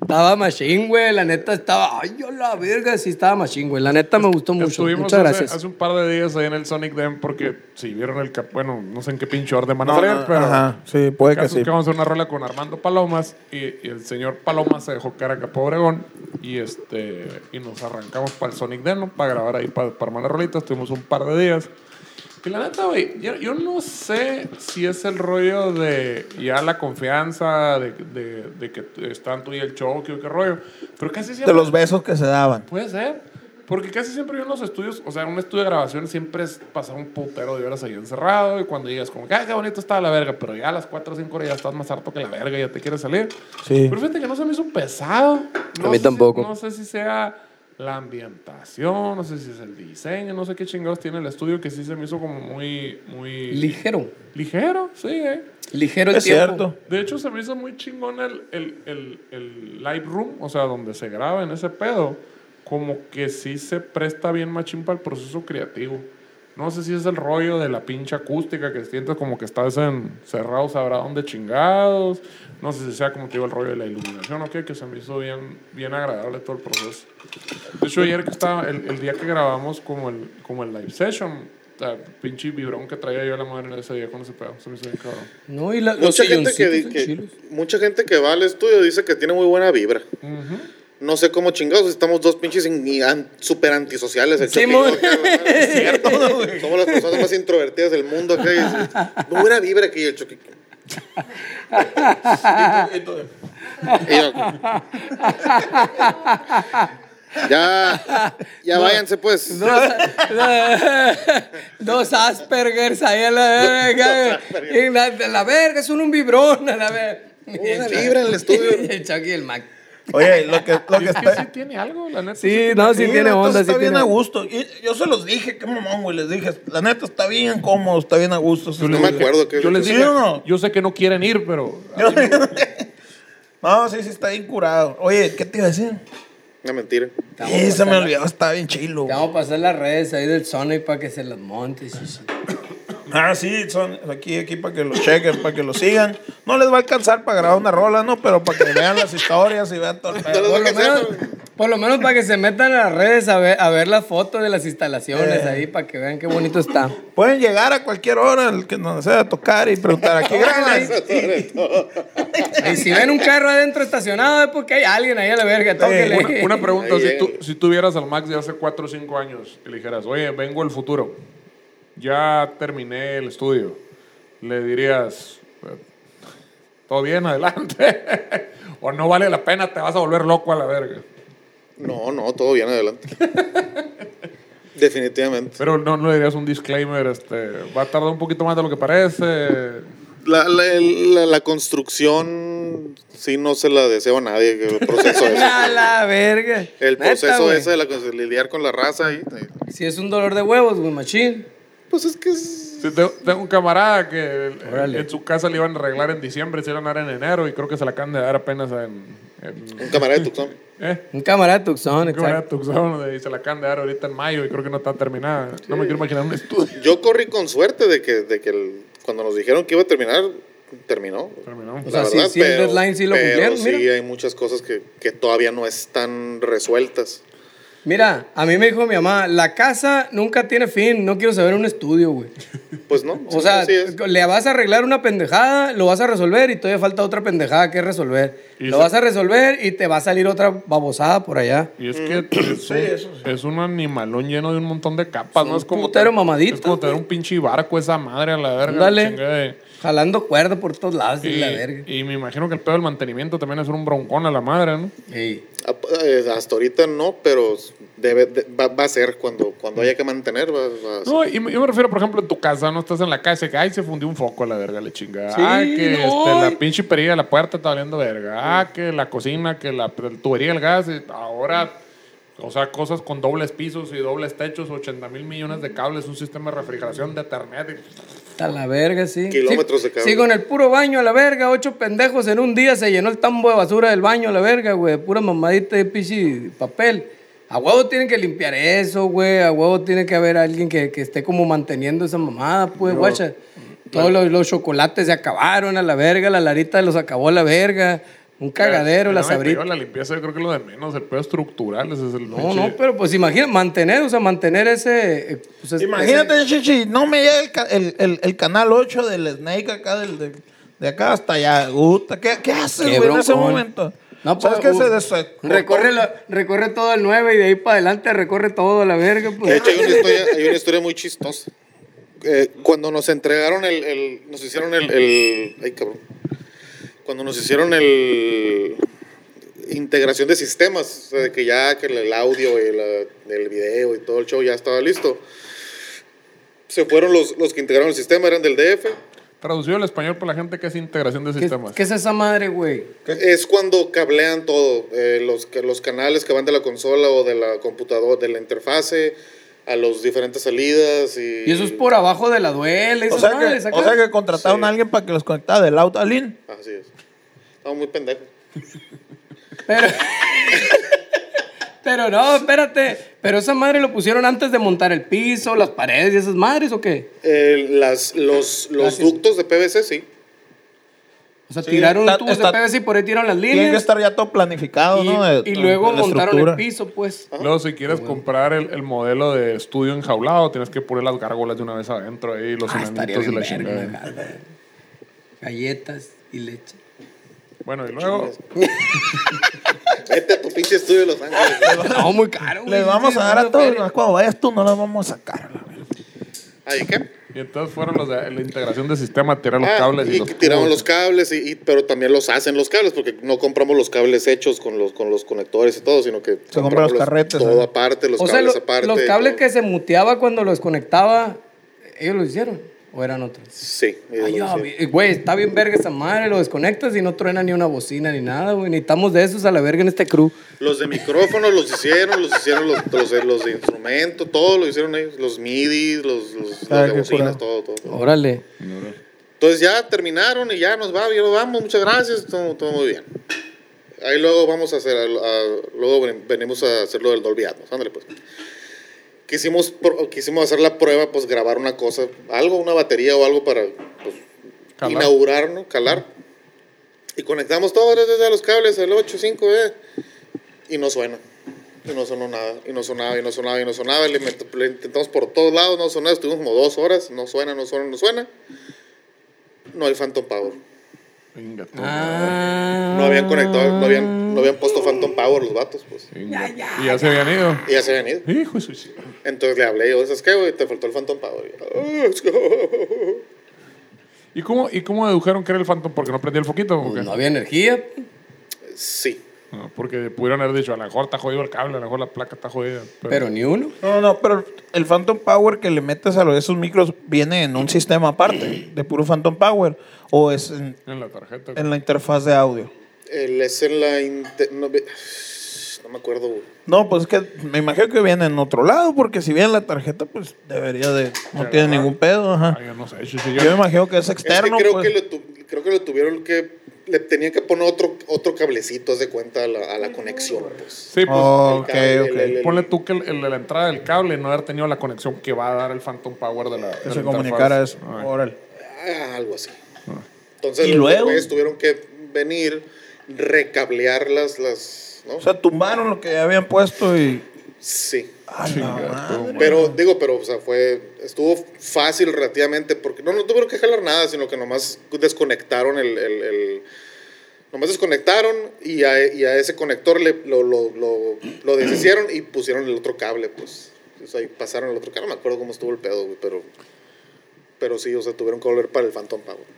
Speaker 2: Estaba machín, güey. La neta estaba. Ay, a la verga. Sí, estaba machín, güey. La neta me gustó mucho.
Speaker 4: Estuvimos
Speaker 2: Muchas
Speaker 4: hace-
Speaker 2: gracias.
Speaker 4: Hace, un par de días ahí en el Sonic Den porque si vieron el cap, bueno, no sé en qué pinche orden van a
Speaker 1: No,
Speaker 4: salir,
Speaker 1: no,
Speaker 4: pero
Speaker 1: ajá, sí, puede
Speaker 4: el
Speaker 1: que
Speaker 4: caso es
Speaker 1: sí.
Speaker 4: que vamos a hacer una rola con Armando Palomas y, y el señor Palomas se dejó cara acá pobre Obregón y este y nos arrancamos para el Sonic Den ¿no? para grabar ahí para, para armar la rolita, estuvimos un par de días. Que la neta, güey, yo, yo no sé si es el rollo de ya la confianza de, de, de que están tú y el choque o qué rollo, pero casi siempre...
Speaker 1: De los besos que se daban.
Speaker 4: Puede ser. Porque casi siempre yo en los estudios, o sea, en un estudio de grabación siempre es pasar un putero de horas ahí encerrado y cuando llegas como, ah, qué bonito está la verga, pero ya a las 4 o 5 horas ya estás más harto que la verga y ya te quieres salir.
Speaker 1: Sí.
Speaker 4: Pero fíjate que no se me hizo pesado. No
Speaker 2: A mí
Speaker 4: sé
Speaker 2: tampoco.
Speaker 4: si- no sé si sea la ambientación, no sé si es el diseño, no sé qué chingados tiene el estudio que sí se me hizo como muy, muy...
Speaker 2: Ligero.
Speaker 4: ligero, sí, eh.
Speaker 2: Ligero el
Speaker 1: Es
Speaker 2: tiempo.
Speaker 1: cierto.
Speaker 4: De hecho, se me hizo muy chingón el, el, el, el live room, o sea, donde se graba en ese pedo, como que sí se presta bien machín para el proceso creativo. No sé si es el rollo de la pinche acústica que sientes como que estás encerrado, sabrá dónde chingados. No sé si sea como te digo el rollo de la iluminación o qué, que se me hizo bien, bien agradable todo el proceso. De hecho, ayer que estaba, el, el día que grabamos como el, como el live session, o sea, pinche vibrón que traía yo a la madre ese día con ese pedo, se me hizo bien cabrón.
Speaker 2: No, y la, los
Speaker 3: Mucha gente, que,
Speaker 2: silloncitos
Speaker 3: di-
Speaker 2: son
Speaker 3: que-
Speaker 2: chilos.
Speaker 3: mucha gente que va al estudio dice que tiene muy buena vibra. No sé cómo chingados, estamos dos pinches in- y an- super antisociales. El
Speaker 2: Sí,
Speaker 3: Chucky y
Speaker 2: mon.
Speaker 3: yo, acá, ¿verdad? Es cierto, güey. Somos las personas más introvertidas del mundo acá. y dice, Muy buena vibra aquí el choque. ya, ya váyanse pues.
Speaker 2: Dos, dos Aspergers ahí a la verga. Y la, de la verga, son un vibrón a la verga.
Speaker 3: Una vibra en el estudio.
Speaker 2: El Chucky y el Mac.
Speaker 1: Oye, lo que, lo que
Speaker 4: Es que sí
Speaker 1: está.
Speaker 4: tiene algo, la neta.
Speaker 2: Sí, no, sí,
Speaker 1: Sí, la
Speaker 2: tiene
Speaker 1: neta
Speaker 2: onda, sí
Speaker 1: está
Speaker 2: tiene
Speaker 1: bien a gusto. Y yo se los dije, qué mamón, güey. Les dije, la neta está bien cómodo, está bien a gusto.
Speaker 4: Yo les
Speaker 3: No me
Speaker 4: dije-
Speaker 3: acuerdo qué-
Speaker 4: Yo les
Speaker 1: ¿Sí
Speaker 4: dije,
Speaker 1: o no?
Speaker 4: yo sé que no quieren ir, pero
Speaker 1: no, sí, sí, está bien curado. Oye, ¿qué te iba a decir?
Speaker 3: Una mentira.
Speaker 1: Sí, se me olvidó, está bien chilo. güey.
Speaker 2: Te vamos a pasar las redes ahí del Sonic para que se las montes. y se-
Speaker 1: Ah, sí, son aquí, aquí para que lo chequen, para que lo sigan. No les va a alcanzar para grabar una rola, ¿no? Pero para que vean las historias y vean todo el
Speaker 3: No
Speaker 1: pedo.
Speaker 3: les
Speaker 2: Por
Speaker 3: va a
Speaker 2: lo,
Speaker 3: alcanzar,
Speaker 2: menos, por lo menos para que se metan a las redes a ver, a ver la foto de las instalaciones
Speaker 1: Eh.
Speaker 2: ahí para que vean qué bonito está.
Speaker 1: Pueden llegar a cualquier hora, el que nos sea a tocar y preguntar, ¿a qué graban?
Speaker 2: Y si ven un carro adentro estacionado es porque hay alguien ahí a la verga, tóquele.
Speaker 4: una, una pregunta,
Speaker 3: Ahí
Speaker 4: si
Speaker 3: llega.
Speaker 4: tú, si tuvieras al Max de hace 4 o 5 años y le dijeras, oye, vengo el futuro, ya terminé el estudio, le dirías, todo bien, adelante, o no vale la pena, te vas a volver loco a la verga.
Speaker 3: No, no, todo bien adelante. Definitivamente.
Speaker 4: Pero no, no le dirías un disclaimer, este, va a tardar un poquito más de lo que parece.
Speaker 3: La, la, la- la construcción, sí, no se la deseo a nadie. que El proceso ese.
Speaker 2: A la verga.
Speaker 3: El
Speaker 2: Neta,
Speaker 3: proceso
Speaker 2: güey.
Speaker 3: ese de, la, cons- de lidiar con la raza. ahí, ahí.
Speaker 2: Si es un dolor de huevos, güey, machín.
Speaker 3: pues es que es
Speaker 4: Sí, te- tengo un camarada que el-
Speaker 2: Órale.
Speaker 4: en su casa le iban a arreglar en diciembre, se iban a dar en enero y creo que se la acaban de dar apenas en. en-
Speaker 3: Un camarada de Tucson.
Speaker 4: ¿eh?
Speaker 2: Un camarada de Tucson,
Speaker 4: Creo que era
Speaker 2: exacto.
Speaker 4: Tucson, y se la acaban de dar ahorita en mayo y creo que no está terminada. No me quiero imaginar un estudio.
Speaker 3: Yo corrí con suerte de que, de que el- cuando nos dijeron que iba a terminar, terminó.
Speaker 4: Terminó.
Speaker 2: O sea, sí- sí el deadline sí lo
Speaker 3: pero
Speaker 2: cumplieron,
Speaker 3: sí
Speaker 2: mira.
Speaker 3: hay muchas cosas que, que todavía no están resueltas.
Speaker 2: Mira, a mí me dijo mi mamá, la casa nunca tiene fin, no quiero saber un estudio, güey.
Speaker 3: Pues no.
Speaker 2: O sea,
Speaker 3: así es.
Speaker 2: le vas a arreglar una pendejada, lo vas a resolver y todavía falta otra pendejada que resolver.
Speaker 4: Y
Speaker 2: lo
Speaker 4: se-
Speaker 2: vas a resolver y te va a salir otra babosada por allá.
Speaker 4: Y es que es, un, es un animalón lleno de un montón de capas, ¿no? Es como.
Speaker 2: putero
Speaker 4: tener-
Speaker 2: mamadito,
Speaker 4: Es como tener
Speaker 2: güey.
Speaker 4: un pinche barco esa madre a la verga. la
Speaker 2: Ándale.
Speaker 4: chingada de-
Speaker 2: Jalando cuerda por todos lados y,
Speaker 4: Y,
Speaker 2: la verga.
Speaker 4: y me imagino que el pedo del mantenimiento también es un broncón a la madre, ¿no?
Speaker 2: Ey.
Speaker 3: Ap- eh, Hasta ahorita no, pero debe, de- va, va a ser cuando, cuando haya que mantener. Va, va a ser.
Speaker 4: No, y me- yo me refiero, por ejemplo, en tu casa, no estás en la casa, que ay, se fundió un foco a la verga, la chingada.
Speaker 2: Sí,
Speaker 4: ay, que
Speaker 2: no,
Speaker 4: este,
Speaker 2: y-
Speaker 4: la pinche perilla de la puerta está valiendo verga. Ah, que la cocina, que la el tubería del gas. y ahora, o sea, cosas con dobles pisos y dobles techos, 80 mil millones de cables, un sistema de refrigeración de internet.
Speaker 2: Está la verga, sí.
Speaker 3: Kilómetros de cable.
Speaker 2: Sí, con el puro baño a la verga, ocho pendejos en un día se llenó el tambo de basura del baño a la verga, güey. Pura mamadita de pichi papel. A huevo tienen que limpiar eso, güey. A huevo tiene que haber alguien que, que esté como manteniendo esa mamada, pues, guacha. Todos los, los chocolates se acabaron a la verga, la larita los acabó a la verga. Un cagadero,
Speaker 4: Y
Speaker 2: la
Speaker 4: no me
Speaker 2: sabrita.
Speaker 4: pegó La limpieza, yo creo que es lo de menos, el pedo estructural, ese es el
Speaker 2: No,
Speaker 4: pinche-
Speaker 2: no, pero pues imagina, mantener, o sea, mantener ese... eh, pues, es-
Speaker 1: Imagínate, chichi, no me llega el, ca- el, el- el canal 8 del Snake acá, del, del- de acá hasta allá. Guta, ¿qué, qué haces,
Speaker 2: Qué
Speaker 1: güey, en ese
Speaker 2: broncón.
Speaker 1: momento?
Speaker 2: No,
Speaker 1: ¿Sabes
Speaker 2: pues,
Speaker 1: qué? Se
Speaker 2: uh,
Speaker 1: desfecó.
Speaker 2: Recorre, la- recorre todo el 9 y de ahí para adelante recorre todo la verga. Pues.
Speaker 3: De hecho, hay una historia, hay una historia muy chistosa. Eh, cuando nos entregaron el, el- Nos hicieron el, el- Ay, cabrón. Cuando nos hicieron el. Integración de sistemas. O sea, de que ya que el audio y la- el video y todo el show ya estaba listo. Se fueron los, los que integraron el sistema, eran del DF.
Speaker 4: Traducido al español por la gente que es integración de
Speaker 2: ¿Qué,
Speaker 4: sistemas.
Speaker 2: qué es esa madre, güey?
Speaker 3: Es cuando cablean todo, eh, los, ca- los canales que van de la consola o de la computadora, de la interfase, a las diferentes salidas y...
Speaker 2: Y eso es por abajo de la duela,
Speaker 1: O
Speaker 2: esas
Speaker 1: sea,
Speaker 2: madres
Speaker 1: que,
Speaker 2: acá.
Speaker 1: o sea que contrataron
Speaker 3: Sí.
Speaker 1: a alguien para que los conectara del auto al IN.
Speaker 3: Así es. Estamos muy pendejos.
Speaker 2: Pero, pero no, espérate. Pero esa madre lo pusieron antes de montar el piso, las paredes y esas madres, ¿o qué?
Speaker 3: Eh, las, los
Speaker 2: Gracias.
Speaker 3: los ductos de PVC, sí.
Speaker 2: O sea,
Speaker 1: Sí,
Speaker 2: tiraron
Speaker 1: está-
Speaker 2: tubos
Speaker 1: está-
Speaker 2: de PVC y por ahí tiraron las
Speaker 1: Tiene que
Speaker 2: líneas.
Speaker 1: estar ya todo planificado,
Speaker 2: y,
Speaker 1: ¿no? De-
Speaker 2: y luego
Speaker 1: de la
Speaker 2: montaron
Speaker 1: estructura.
Speaker 2: el piso, pues.
Speaker 4: Luego, si quieres comprar el, el modelo de estudio enjaulado, tienes que poner las gárgolas de una vez adentro ahí, los
Speaker 2: Ah, estaría
Speaker 4: enanitos y
Speaker 2: bien
Speaker 4: la
Speaker 2: verga,
Speaker 4: chingada.
Speaker 2: una gala. Galletas y leche.
Speaker 4: Bueno, y luego,
Speaker 3: Vete a tu pinche estudio de Los Ángeles.
Speaker 2: No, muy caro, güey.
Speaker 1: Les vamos a dar
Speaker 2: Una
Speaker 1: a todos,
Speaker 2: feria.
Speaker 1: nomás cuando vayas tú no las vamos a sacar. la verdad.
Speaker 3: ¿Ahí qué?
Speaker 4: y entonces fueron los de la integración de sistema, tirar los
Speaker 3: Ah,
Speaker 4: cables y,
Speaker 3: y
Speaker 4: los
Speaker 3: que tiraron
Speaker 4: tubos.
Speaker 3: los cables, y, y- pero también los hacen los cables, porque no compramos los cables hechos con los, con los conectores y todo, sino que
Speaker 1: compran
Speaker 3: compramos
Speaker 1: los carretes,
Speaker 3: Todo
Speaker 1: ¿eh?
Speaker 3: aparte, los
Speaker 2: o sea,
Speaker 3: cables
Speaker 2: lo-
Speaker 3: aparte.
Speaker 2: los
Speaker 3: y
Speaker 2: cables
Speaker 3: todo.
Speaker 2: que se muteaba cuando los conectaba, ¿ellos lo hicieron? ¿O eran otros?
Speaker 3: Sí. ellos
Speaker 2: Ay,
Speaker 3: lo
Speaker 2: ya,
Speaker 3: hicieron.
Speaker 2: vi- güey, está bien verga esa madre, lo desconectas y no truena ni una bocina ni nada, güey. Necesitamos de esos a la verga en este crew.
Speaker 3: Los de micrófonos los hicieron, los hicieron los, los, de- los de instrumento, todo lo hicieron ellos. Los MIDI, los, los, los
Speaker 1: Ah,
Speaker 3: de
Speaker 1: qué curado.
Speaker 3: bocinas, todo, todo, todo.
Speaker 2: Órale.
Speaker 3: Entonces ya terminaron y ya nos va, ya nos vamos, muchas gracias, todo, todo muy bien. Ahí luego vamos a hacer, a- a- luego ven- venimos a hacer lo del Dolby Atmos, ándale pues. Quisimos, pro- quisimos hacer la prueba, pues grabar una cosa, algo, una batería o algo para pues,
Speaker 4: Calar.
Speaker 3: inaugurar, ¿no? Calar. Y conectamos todos desde los cables, el 8, 5, eh, y no suena. Y no sonó nada, y no sonaba, y no sonaba, y no sonaba. Le, met- le intentamos por todos lados, no sonaba. Estuvimos como dos horas, no suena, no suena, no suena. No hay Phantom Power.
Speaker 4: Venga, tú.
Speaker 2: Ah.
Speaker 3: No habían conectado, no habían, no habían puesto Phantom Power los vatos, pues.
Speaker 4: Venga. Y ya se habían ido.
Speaker 3: Y ya se habían ido.
Speaker 4: Hijo de su- sí.
Speaker 3: Entonces le hablé yo, ¿sabes qué, güey? Te faltó el Phantom Power. Y yo, "Ah, es que-".
Speaker 4: ¿Y cómo, ¿Y cómo dedujeron que era el Phantom? ¿Porque no prendía el foquito? ¿o qué?
Speaker 2: Pues No había energía.
Speaker 3: Sí.
Speaker 4: No, porque pudieron haber dicho, a lo mejor está jodido el cable, a lo mejor la placa está jodida. Pero,
Speaker 2: Pero ni uno.
Speaker 1: No, no, no, pero el Phantom Power que le metes a los- esos micros viene en un sistema aparte, de puro Phantom Power, o es en,
Speaker 4: en la tarjeta.
Speaker 1: en la interfaz de audio.
Speaker 3: Él es en la... inte- no, ve- No me acuerdo, güey.
Speaker 1: No, pues es que me imagino que viene en otro lado, porque si viene la tarjeta, pues debería de. No tiene ningún pedo, ajá.
Speaker 4: Ay, Ah, yo no sé. sí, sí, yo-
Speaker 1: Yo me imagino que es externo.
Speaker 3: es que creo,
Speaker 1: pues.
Speaker 3: que lo tu- creo que lo tuvieron que. Le tenían que poner otro, otro cablecito, haz de cuenta, a la, a la conexión, pues.
Speaker 4: Sí, pues.
Speaker 1: Oh, ok,
Speaker 3: el-
Speaker 1: ok.
Speaker 3: el- el-
Speaker 4: Ponle tú que el, el de la entrada del cable no haber tenido la conexión que va a dar el Phantom Power de la. de
Speaker 1: Que
Speaker 4: la
Speaker 1: se
Speaker 4: interfaz.
Speaker 1: comunicara eso.
Speaker 4: Ay.
Speaker 1: Órale.
Speaker 3: Ah, algo así. Entonces,
Speaker 1: ¿Y
Speaker 3: los
Speaker 1: luego?
Speaker 3: güeyes tuvieron que venir, recablear las. las ¿no?
Speaker 1: O sea, tumbaron lo que ya habían puesto y.
Speaker 3: sí.
Speaker 1: Ah, la madre.
Speaker 3: Pero digo, pero o sea, fue estuvo fácil relativamente porque no, no tuvieron que jalar nada, sino que nomás desconectaron el, el- el- nomás desconectaron y a, y a ese conector le, lo, lo, lo- lo deshicieron y pusieron el otro cable, pues. O sea, y pasaron el otro cable, no me acuerdo cómo estuvo el pedo, güey, pero pero sí, o sea, tuvieron que volver para el Phantom Power.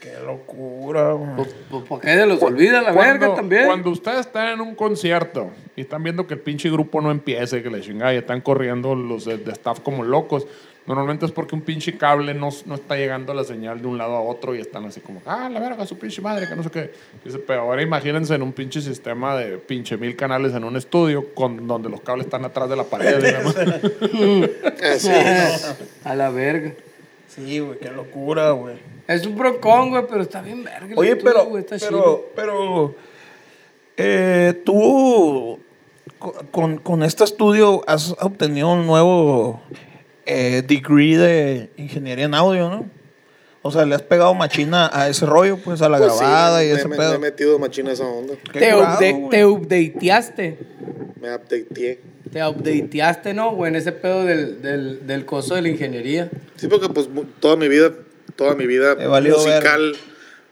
Speaker 1: Qué locura,
Speaker 2: Pues
Speaker 1: güey.
Speaker 2: ¿Por qué se los olvida la
Speaker 4: Cuando-
Speaker 2: verga también?
Speaker 4: Cuando ustedes están en un concierto y están viendo que el pinche grupo no empiece, que la chingada, y están corriendo los de, de staff como locos, normalmente es porque un pinche cable no, no está llegando la señal de un lado a otro y están así como, ah, la verga, su pinche madre, que no sé qué. Dice, pero ahora imagínense en un pinche sistema de pinche mil canales en un estudio con, donde los cables están atrás de la pared. y la madre.
Speaker 3: Así
Speaker 2: A la verga.
Speaker 1: Sí, güey, qué locura, güey.
Speaker 2: Es un brocón, güey, pero está bien verga. el
Speaker 1: Oye,
Speaker 2: estudio,
Speaker 1: pero,
Speaker 2: güey, está chido.
Speaker 1: pero, pero, eh, tú co- con, con este estudio has obtenido un nuevo eh, degree de ingeniería en audio, ¿no? O sea, le has pegado machina a ese rollo, pues, a la
Speaker 3: Pues sí,
Speaker 1: grabada y
Speaker 3: me-
Speaker 1: ese
Speaker 3: me, me
Speaker 1: pedo.
Speaker 3: he metido machina esa onda.
Speaker 1: Qué
Speaker 2: Te,
Speaker 1: curado,
Speaker 2: upde-
Speaker 1: güey.
Speaker 2: te updateaste.
Speaker 3: Me updateé.
Speaker 2: Te updateaste, ¿no, güey? En ese pedo del, del, del coso de la ingeniería.
Speaker 3: Sí, porque pues mu- toda mi vida, toda mi vida
Speaker 1: Te valió
Speaker 3: musical,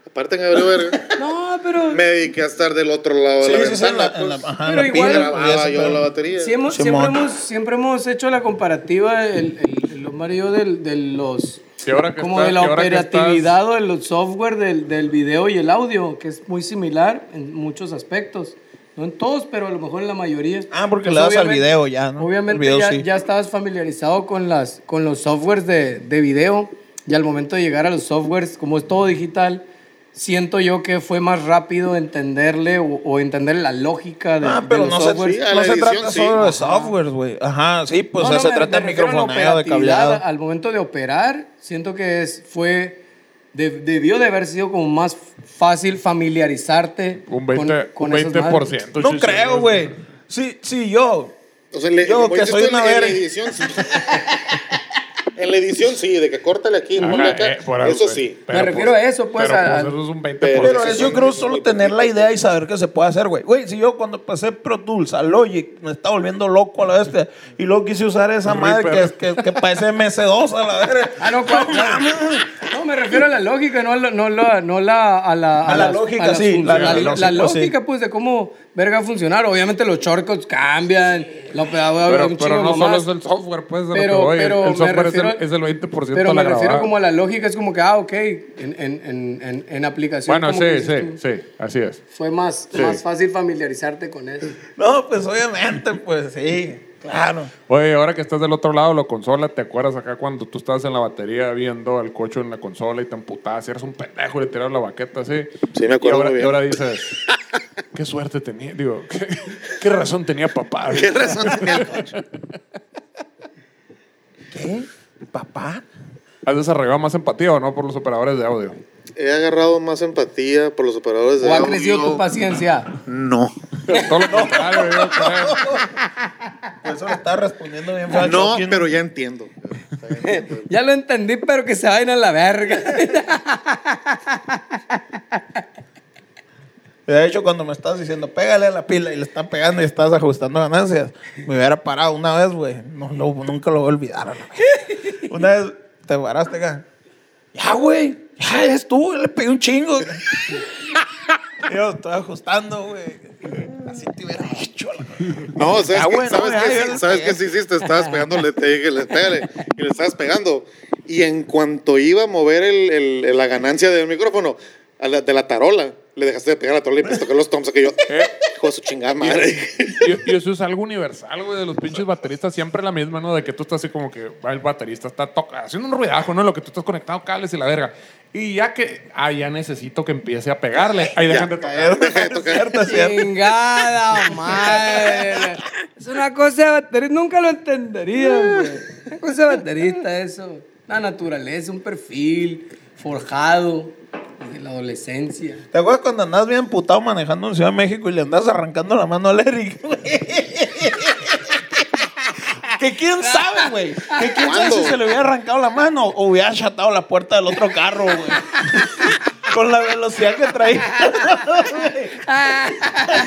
Speaker 3: aparte que me valió verga.
Speaker 2: No, pero.
Speaker 3: me dediqué a estar del otro lado de
Speaker 1: Sí,
Speaker 3: la
Speaker 1: sí, sí, en
Speaker 3: ventana.
Speaker 1: la- en la-
Speaker 3: pues.
Speaker 1: ajá, en
Speaker 2: Pero
Speaker 1: la
Speaker 2: igual-
Speaker 1: pila y
Speaker 3: Grababa
Speaker 1: ese
Speaker 3: yo
Speaker 1: pedo.
Speaker 3: la batería.
Speaker 2: Sí hemos- siempre,
Speaker 1: Simón.
Speaker 2: hemos, siempre hemos hecho la comparativa, el, el, el Omar y yo, del- de los.
Speaker 4: Y ahora que
Speaker 2: como
Speaker 4: está-
Speaker 2: de la
Speaker 4: y ahora que estás-
Speaker 2: operatividad o del software del, del video y el audio, que es muy similar en muchos aspectos. No en todos, pero a lo mejor en la mayoría. Pues
Speaker 1: Ah, porque le das al
Speaker 2: obviamente-
Speaker 1: video ya, ¿no? El
Speaker 2: Obviamente
Speaker 1: video
Speaker 2: ya,
Speaker 1: sí.
Speaker 2: ya estabas familiarizado con, las, con los softwares de, de video y al momento de llegar a los softwares, como es todo digital, siento yo que fue más rápido entenderle o, o entender la lógica de,
Speaker 1: Ah,
Speaker 2: de
Speaker 1: pero
Speaker 2: los
Speaker 1: no se,
Speaker 2: softwares.
Speaker 3: sí, a la
Speaker 1: no se
Speaker 3: edición,
Speaker 1: trata
Speaker 3: sí.
Speaker 1: solo
Speaker 3: Ajá.
Speaker 1: de softwares, güey. Ajá, sí, pues o
Speaker 2: No,
Speaker 1: sea,
Speaker 2: no,
Speaker 1: se
Speaker 2: me-
Speaker 1: trata
Speaker 2: me
Speaker 1: de
Speaker 2: refiero a la
Speaker 1: microfoneo, de
Speaker 2: operatividad,
Speaker 1: cableado.
Speaker 2: Al momento de operar, siento que es, fue. de- debió de haber sido como más fácil familiarizarte
Speaker 4: un 20%.
Speaker 2: con,
Speaker 4: un
Speaker 2: con esas madres.
Speaker 4: 20%.
Speaker 1: No
Speaker 4: sí, sí,
Speaker 1: creo, güey. Sí, sí, yo.
Speaker 3: O sea, le,
Speaker 1: Yo,
Speaker 3: como
Speaker 1: que
Speaker 3: dices
Speaker 1: soy
Speaker 3: tú, en
Speaker 1: una
Speaker 3: la- en la
Speaker 1: verga.
Speaker 3: edición sí. en la edición sí, de que córtale aquí,
Speaker 4: Ajá,
Speaker 3: ponle acá.
Speaker 4: eh, por algo,
Speaker 3: eso
Speaker 4: güey.
Speaker 3: sí.
Speaker 4: Pero,
Speaker 2: refiero a eso, pues,
Speaker 4: pero,
Speaker 2: a-
Speaker 4: pues,
Speaker 2: a-
Speaker 4: eso es un 20%.
Speaker 3: Pero
Speaker 1: Pero
Speaker 3: sí
Speaker 1: es
Speaker 3: se
Speaker 1: yo
Speaker 3: puede
Speaker 1: creo
Speaker 3: hacer muy
Speaker 1: solo tener
Speaker 3: poquito.
Speaker 1: la idea y saber que se puede hacer, güey. Güey, si yo cuando pasé Pro Tools a Logic me estaba volviendo loco a la bestia y luego quise usar esa madre
Speaker 4: Reaper.
Speaker 1: que, que, que parece MS2 a la verga.
Speaker 2: Ah, no, claro, claro. No, me refiero a la lógica, no, a la- no, la- no la, a la...
Speaker 1: A la
Speaker 2: las-
Speaker 1: lógica,
Speaker 2: las
Speaker 1: sí,
Speaker 2: funciones.
Speaker 1: la-
Speaker 2: La,
Speaker 1: la lógica,
Speaker 2: lógica,
Speaker 1: sí.
Speaker 2: pues, de cómo verga funcionar. Obviamente los shortcuts cambian, la operadora...
Speaker 4: Pero,
Speaker 2: un
Speaker 4: pero
Speaker 2: chingo
Speaker 4: no solo
Speaker 2: mamás.
Speaker 4: es el software, pues, de lo
Speaker 2: Pero-
Speaker 4: que voy. El-
Speaker 2: pero
Speaker 4: el
Speaker 2: me
Speaker 4: software
Speaker 2: refiero-
Speaker 4: es, el, es el 20%
Speaker 2: Pero
Speaker 4: de la
Speaker 2: me refiero
Speaker 4: grabada.
Speaker 2: como a la lógica, es como que, ah, ok, en, en, en, en, en aplicación...
Speaker 4: Bueno,
Speaker 2: como
Speaker 4: sí,
Speaker 2: que dices
Speaker 4: sí,
Speaker 2: tú,
Speaker 4: sí, así es.
Speaker 2: Fue más,
Speaker 4: Sí.
Speaker 2: más fácil familiarizarte con eso.
Speaker 1: No, pues obviamente, pues sí, claro.
Speaker 4: Oye, ahora que estás del otro lado de la consola, ¿te acuerdas acá cuando tú estabas en la batería viendo al coche en la consola y te emputabas y eras un pendejo y le tirabas la baqueta así?
Speaker 3: Sí, me acuerdo
Speaker 4: Y ahora,
Speaker 3: muy bien.
Speaker 4: y ahora dices, qué suerte tenía, digo, qué, qué razón tenía papá.
Speaker 3: ¿Qué razón tenía el coche?
Speaker 1: ¿Qué? ¿Papá?
Speaker 4: ¿Has desarrollado más empatía o no por los operadores de audio?
Speaker 3: He agarrado más empatía por los operadores de
Speaker 2: ¿O ha
Speaker 3: audio.
Speaker 2: crecido tu paciencia?
Speaker 3: No.
Speaker 4: Todo lo contrario, yo creo.
Speaker 1: Por eso le estaba respondiendo bien fácil.
Speaker 3: No, pero ya entiendo.
Speaker 2: Ya lo entendí, pero que se vayan a la verga.
Speaker 1: De hecho, cuando me estás diciendo, pégale a la pila y le están pegando y estás ajustando ganancias, me hubiera parado una vez, güey. No, lo- nunca lo voy a olvidar. a la vez. una vez te paraste acá. Ya, güey. Ya eres tú. Le pegué un chingo. Yo estoy ajustando, güey. Así te hubiera hecho. la-
Speaker 3: No, ¿sabes
Speaker 1: Ah,
Speaker 3: qué?
Speaker 1: bueno,
Speaker 3: ¿Sabes
Speaker 1: ya,
Speaker 3: qué?
Speaker 1: ya
Speaker 3: Sí,
Speaker 1: les
Speaker 3: ¿Sabes
Speaker 1: pegué.
Speaker 3: qué sí hiciste? Estabas pegándole, te dije, le pégale, y le estabas pegando. Y en cuanto iba a mover el- el- la ganancia del micrófono, a la- de la tarola, le dejaste de pegar a la trola y empezó a tocar los toms aquello.
Speaker 1: ¿Eh?
Speaker 3: Hijo de su chingada madre.
Speaker 4: Y, y eso es algo universal, güey, de los pinches bateristas, siempre la misma, ¿no? De que tú estás así como que va el baterista, está to- haciendo un ruidajo, ¿no? Lo que tú estás conectado, cables y la verga. Y ya que, ah, ya necesito que empiece a pegarle. Ahí dejan de tocar.
Speaker 3: Deja de tocar.
Speaker 1: Cierto, cierto.
Speaker 2: Chingada madre. Es una cosa de baterista, nunca lo entendería, güey. Una cosa de baterista eso. La naturaleza, un perfil forjado desde la adolescencia.
Speaker 1: ¿Te acuerdas cuando andabas bien putado manejando en Ciudad de México y le andabas arrancando la mano al Eric, güey? Que quién sabe, güey. Que quién sabe
Speaker 3: ¿Cuándo?
Speaker 1: si se le hubiera arrancado la mano o hubiera achatado la puerta del otro carro, güey. Con la velocidad que traía.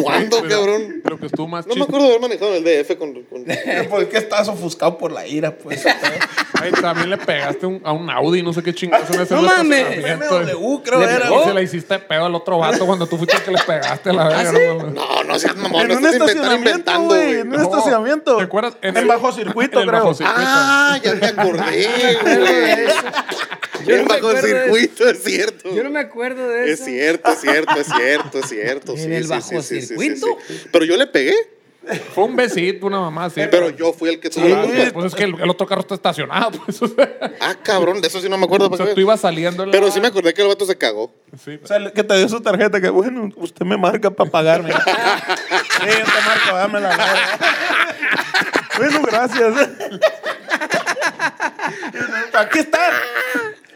Speaker 3: ¿Cuándo, cabrón?
Speaker 4: Lo que estuvo más
Speaker 3: No me
Speaker 4: chis-
Speaker 3: acuerdo de haber manejado en el DF con. con-
Speaker 1: ¿Por qué estás ofuscado por la ira, pues?
Speaker 4: Ay, también le pegaste un- a un Audi, no sé qué chingados son esos.
Speaker 2: No
Speaker 4: los
Speaker 2: mames.
Speaker 4: estacionamientos.
Speaker 1: BMW, creo
Speaker 2: Le
Speaker 1: era. Ah,
Speaker 2: pegó.
Speaker 4: Y se la hiciste pedo al otro vato cuando tú fuiste el que le pegaste a la verga. no mames.
Speaker 3: No, no seas mamón.
Speaker 1: En
Speaker 3: no
Speaker 1: un
Speaker 3: estás inventando,
Speaker 1: estacionamiento,
Speaker 3: inventando,
Speaker 1: güey. En un
Speaker 4: No.
Speaker 1: estacionamiento.
Speaker 4: ¿Te acuerdas?
Speaker 1: En, bajo circuito,
Speaker 4: en el
Speaker 1: creo.
Speaker 4: bajo circuito.
Speaker 3: Ah, ya me acordé, güey.
Speaker 2: Yo no
Speaker 3: Un
Speaker 2: me
Speaker 3: bajo
Speaker 2: acuerdo de
Speaker 3: circuito, es cierto.
Speaker 2: Yo no me acuerdo de
Speaker 3: Es
Speaker 2: eso.
Speaker 3: cierto, es cierto, es cierto, es cierto.
Speaker 2: En
Speaker 3: sí,
Speaker 2: el
Speaker 3: sí, sí, sí, sí, sí, sí.
Speaker 2: bajocircuito.
Speaker 3: Pero yo le pegué,
Speaker 4: Fue un besito, una mamá así.
Speaker 3: pero yo fui el que tuvo la culpa.
Speaker 4: Pues, pues es que el, el otro carro está estacionado. Pues, o sea,
Speaker 3: Ah, cabrón, de eso sí no me acuerdo.
Speaker 4: o sea,
Speaker 3: porque-
Speaker 4: tú ibas saliendo. en la-
Speaker 3: Pero sí me acordé que el vato se cagó.
Speaker 4: Sí.
Speaker 1: O sea, el que te dio su tarjeta, que bueno, usted me marca para pagarme. sí, yo te marco, dámela. la verga. bueno, gracias. Aquí está.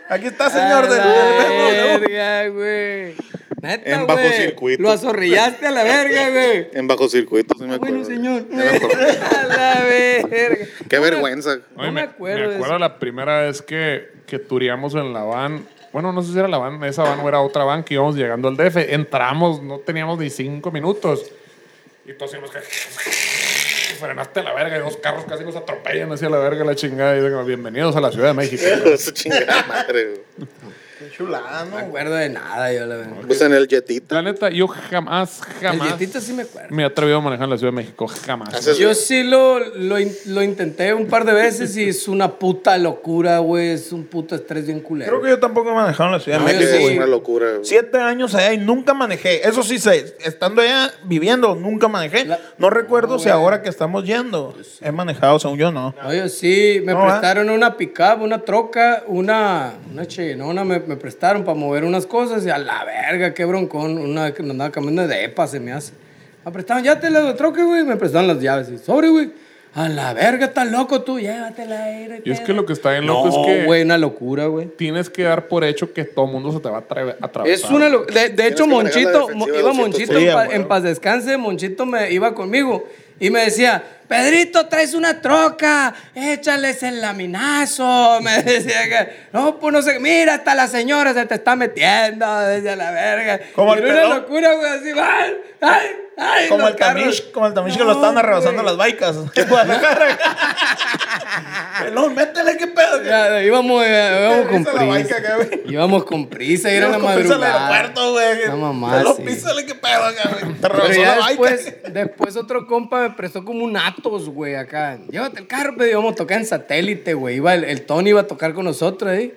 Speaker 1: Aquí está, señor. del-
Speaker 2: A
Speaker 1: del
Speaker 2: la verga, güey. Neta,
Speaker 3: En bajo
Speaker 2: güey.
Speaker 3: circuito.
Speaker 2: Lo azorrillaste a la verga, güey.
Speaker 3: En bajo circuito, sí me acuerdo.
Speaker 2: Bueno, señor.
Speaker 3: Ya me acordé.
Speaker 2: A la verga.
Speaker 3: Qué vergüenza.
Speaker 4: Oye,
Speaker 2: No me acuerdo de eso.
Speaker 4: la primera vez que, que tureamos en la van. Bueno, no sé si era la van, esa van o era otra van que íbamos llegando al DF. Entramos, no teníamos ni cinco minutos. Y todos hicimos que. Frenaste a la verga y dos carros casi nos atropellan hacia la verga la chingada. Y digo, bienvenidos a la Ciudad de México.
Speaker 3: Hijo de su chingada madre, güey.
Speaker 1: Qué chulada,
Speaker 2: No me
Speaker 1: ¿no?
Speaker 2: acuerdo de nada, yo la verdad.
Speaker 3: Pues en el jetita.
Speaker 4: La neta, yo jamás,
Speaker 2: El
Speaker 4: jamás
Speaker 2: dietito sí me acuerdo.
Speaker 4: me he atrevido a manejar en la Ciudad de México. Jamás.
Speaker 3: Haces-
Speaker 2: Yo sí lo, lo, in- lo intenté un par de veces y es una puta locura, güey. Es un puto estrés bien culero.
Speaker 1: Creo que yo tampoco he manejado en la Ciudad de
Speaker 2: No, yo
Speaker 3: Es
Speaker 1: México,
Speaker 2: sí.
Speaker 1: güey.
Speaker 3: una locura. güey.
Speaker 1: Siete años allá y nunca manejé. Eso sí sé, estando allá viviendo, nunca manejé.
Speaker 2: La-
Speaker 1: No Pues recuerdo si ahora que estamos yendo he manejado, según yo, no.
Speaker 2: No, yo sí, me
Speaker 1: No, ¿eh?
Speaker 2: prestaron una pickup, una troca, una, una cheyenona, me, me prestaron para mover unas cosas y a la verga, qué broncón, una que me andaba cambiando de EPA, se me hace. Me prestaron, ya te la troca, güey, me prestaron las llaves y sobre, güey. A la verga, estás loco tú, llévatela. eh,
Speaker 4: Y es que lo que está bien
Speaker 2: No,
Speaker 4: loco es que
Speaker 2: güey, una locura, güey.
Speaker 4: tienes que dar por hecho que todo mundo se te va a atre- atravesar.
Speaker 2: Es una lo- de, de hecho
Speaker 3: que manejar la
Speaker 2: Monchito
Speaker 3: defensiva
Speaker 2: mo-
Speaker 3: de
Speaker 2: iba
Speaker 3: 200.
Speaker 2: Monchito
Speaker 1: Sí,
Speaker 2: en, pa-
Speaker 1: güey.
Speaker 2: en paz descanse, Monchito me iba conmigo y me decía, "Pedrito, traes una troca, échales el laminazo." Me decía que, "No, pues no sé, mira, hasta la señora se te está metiendo desde la verga."
Speaker 1: Como el
Speaker 2: Era una
Speaker 1: pelón.
Speaker 2: locura, güey, así, "Ay, ay, ay."
Speaker 1: Como
Speaker 2: los
Speaker 1: el
Speaker 2: carros.
Speaker 1: Tamish, como el Tamish que lo
Speaker 2: No,
Speaker 1: estaban arrebasando
Speaker 2: güey.
Speaker 1: las baicas. en Guadalajara. Pelón, métele, qué pedo. que-
Speaker 2: Ya, íbamos, eh, íbamos con
Speaker 1: Pisa la
Speaker 2: prisa.
Speaker 1: baica, cabrón.
Speaker 2: Íbamos con prisa, era la
Speaker 1: Íbamos con prisa al
Speaker 2: madrugada.
Speaker 1: aeropuerto, güey.
Speaker 2: Una mamá,
Speaker 1: Pelón,
Speaker 2: sí.
Speaker 1: písale, qué pedo, cabrón. Te
Speaker 2: Pero
Speaker 1: rebasó
Speaker 2: ya
Speaker 1: la
Speaker 2: después,
Speaker 1: baica.
Speaker 2: después otro compa me prestó como un Atos, güey, acá. Llévate el carro, pero íbamos a tocar en satélite, güey. Iba el, el Tony iba a tocar con nosotros ahí.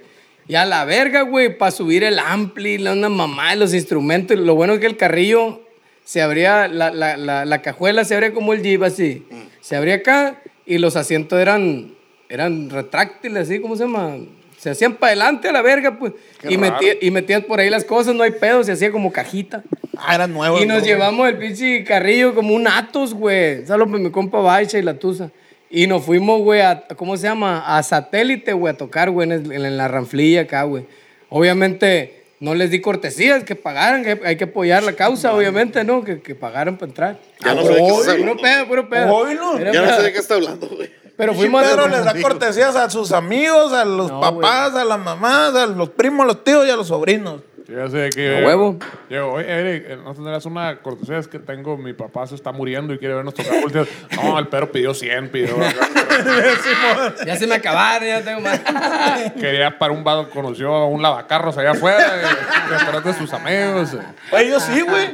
Speaker 2: Y a la verga, güey, para subir el ampli, la una mamá de los instrumentos. Lo bueno es que el carrillo se abría, la, la, la, la cajuela se abría como el jeep así. Se abría acá y los asientos eran, eran retráctiles, así, ¿cómo se llama? Se hacían para adelante a la verga, pues. Y,
Speaker 4: raro.
Speaker 2: metía- y metían por ahí las cosas, no hay pedo, se hacía como cajita.
Speaker 1: Ah, era nuevo.
Speaker 2: Y nos
Speaker 1: ¿no?
Speaker 2: llevamos el pinche carrillo como un Atos, güey. Salo pues, mi compa Baixa y la Tusa. Y nos fuimos, güey, a, ¿cómo se llama? A satélite, güey, a tocar, güey, en, el- en la ranflilla acá, güey. Obviamente, no les di cortesías, que pagaran, que hay que apoyar la causa, obviamente, ¿no? Que, que pagaran para entrar.
Speaker 3: Ya no sé de qué estás
Speaker 2: Puro
Speaker 3: hablando.
Speaker 2: pedo, puro pedo.
Speaker 1: Oílo.
Speaker 2: Era
Speaker 3: Ya no sé
Speaker 2: pedo.
Speaker 3: de qué está hablando, güey.
Speaker 2: Pero
Speaker 1: Sí,
Speaker 2: fuimos a
Speaker 1: Pedro
Speaker 2: los-
Speaker 1: les da cortesías a sus amigos, a los
Speaker 2: No,
Speaker 1: papás, a las mamás, a los primos, a los tíos y a los sobrinos.
Speaker 4: Ya sé que.
Speaker 2: A huevo.
Speaker 4: Llego, oye, Eric, eh, no tendrás una cortesía. Es que tengo, mi papá se está muriendo y quiere vernos tocar volteos. No, el perro pidió 100, pidió.
Speaker 2: Ya se me acabaron, ya tengo más. Ah,
Speaker 4: Quería para un vado, conoció a un lavacarros allá afuera, eh, detrás de sus amigos. eh.
Speaker 1: Güey, yo sí, güey.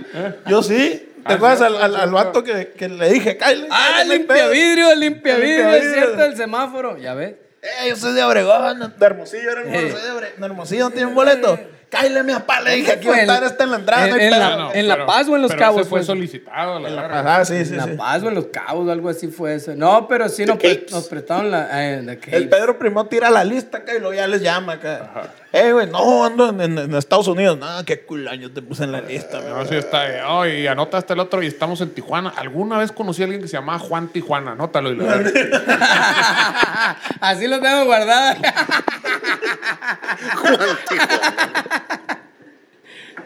Speaker 1: Yo sí. ¿Te
Speaker 4: Ah,
Speaker 1: acuerdas al,
Speaker 4: cierto,
Speaker 1: al, al vato que, que le dije, Kyle?
Speaker 2: ah,
Speaker 1: Kyle, no hay
Speaker 2: limpia
Speaker 1: pedo"?
Speaker 2: vidrio, limpia vidrio, es
Speaker 1: vidrio.
Speaker 2: cierto, el semáforo. Ya ves.
Speaker 1: Eh, yo soy de Obregón, de Hermosillo, era el
Speaker 2: Eh.
Speaker 1: soy de Obregón. ¿De Hermosillo no tienen boleto? cállale mi papá, le dije, aquí va a
Speaker 2: Fue
Speaker 1: estar este en la entrada.
Speaker 2: en-
Speaker 1: no hay
Speaker 2: en la-
Speaker 1: pedo".
Speaker 4: No,
Speaker 2: en La
Speaker 4: pero-
Speaker 2: Paz o en Los
Speaker 4: pero
Speaker 2: Cabos,
Speaker 4: ese fue
Speaker 2: pues.
Speaker 4: solicitado, la verga.
Speaker 1: Ajá, sí, sí,
Speaker 2: En La
Speaker 1: sí.
Speaker 2: Paz o en Los Cabos, algo así fue eso. No, pero sí nos, pre-
Speaker 5: Capes.
Speaker 2: nos prestaron la... eh, la Capes.
Speaker 1: El Pedro Primo tira la lista acá y luego ya les llama acá. Eh, güey, no, ando en, en- en Estados Unidos. No, qué culaño te puse en la lista, mi
Speaker 4: No,
Speaker 1: amor.
Speaker 4: sí está. eh, oh, y anota hasta el otro y estamos en Tijuana. ¿Alguna vez conocí a alguien que se llamaba Juan Tijuana? Anótalo y la verga.
Speaker 2: así lo tengo guardado.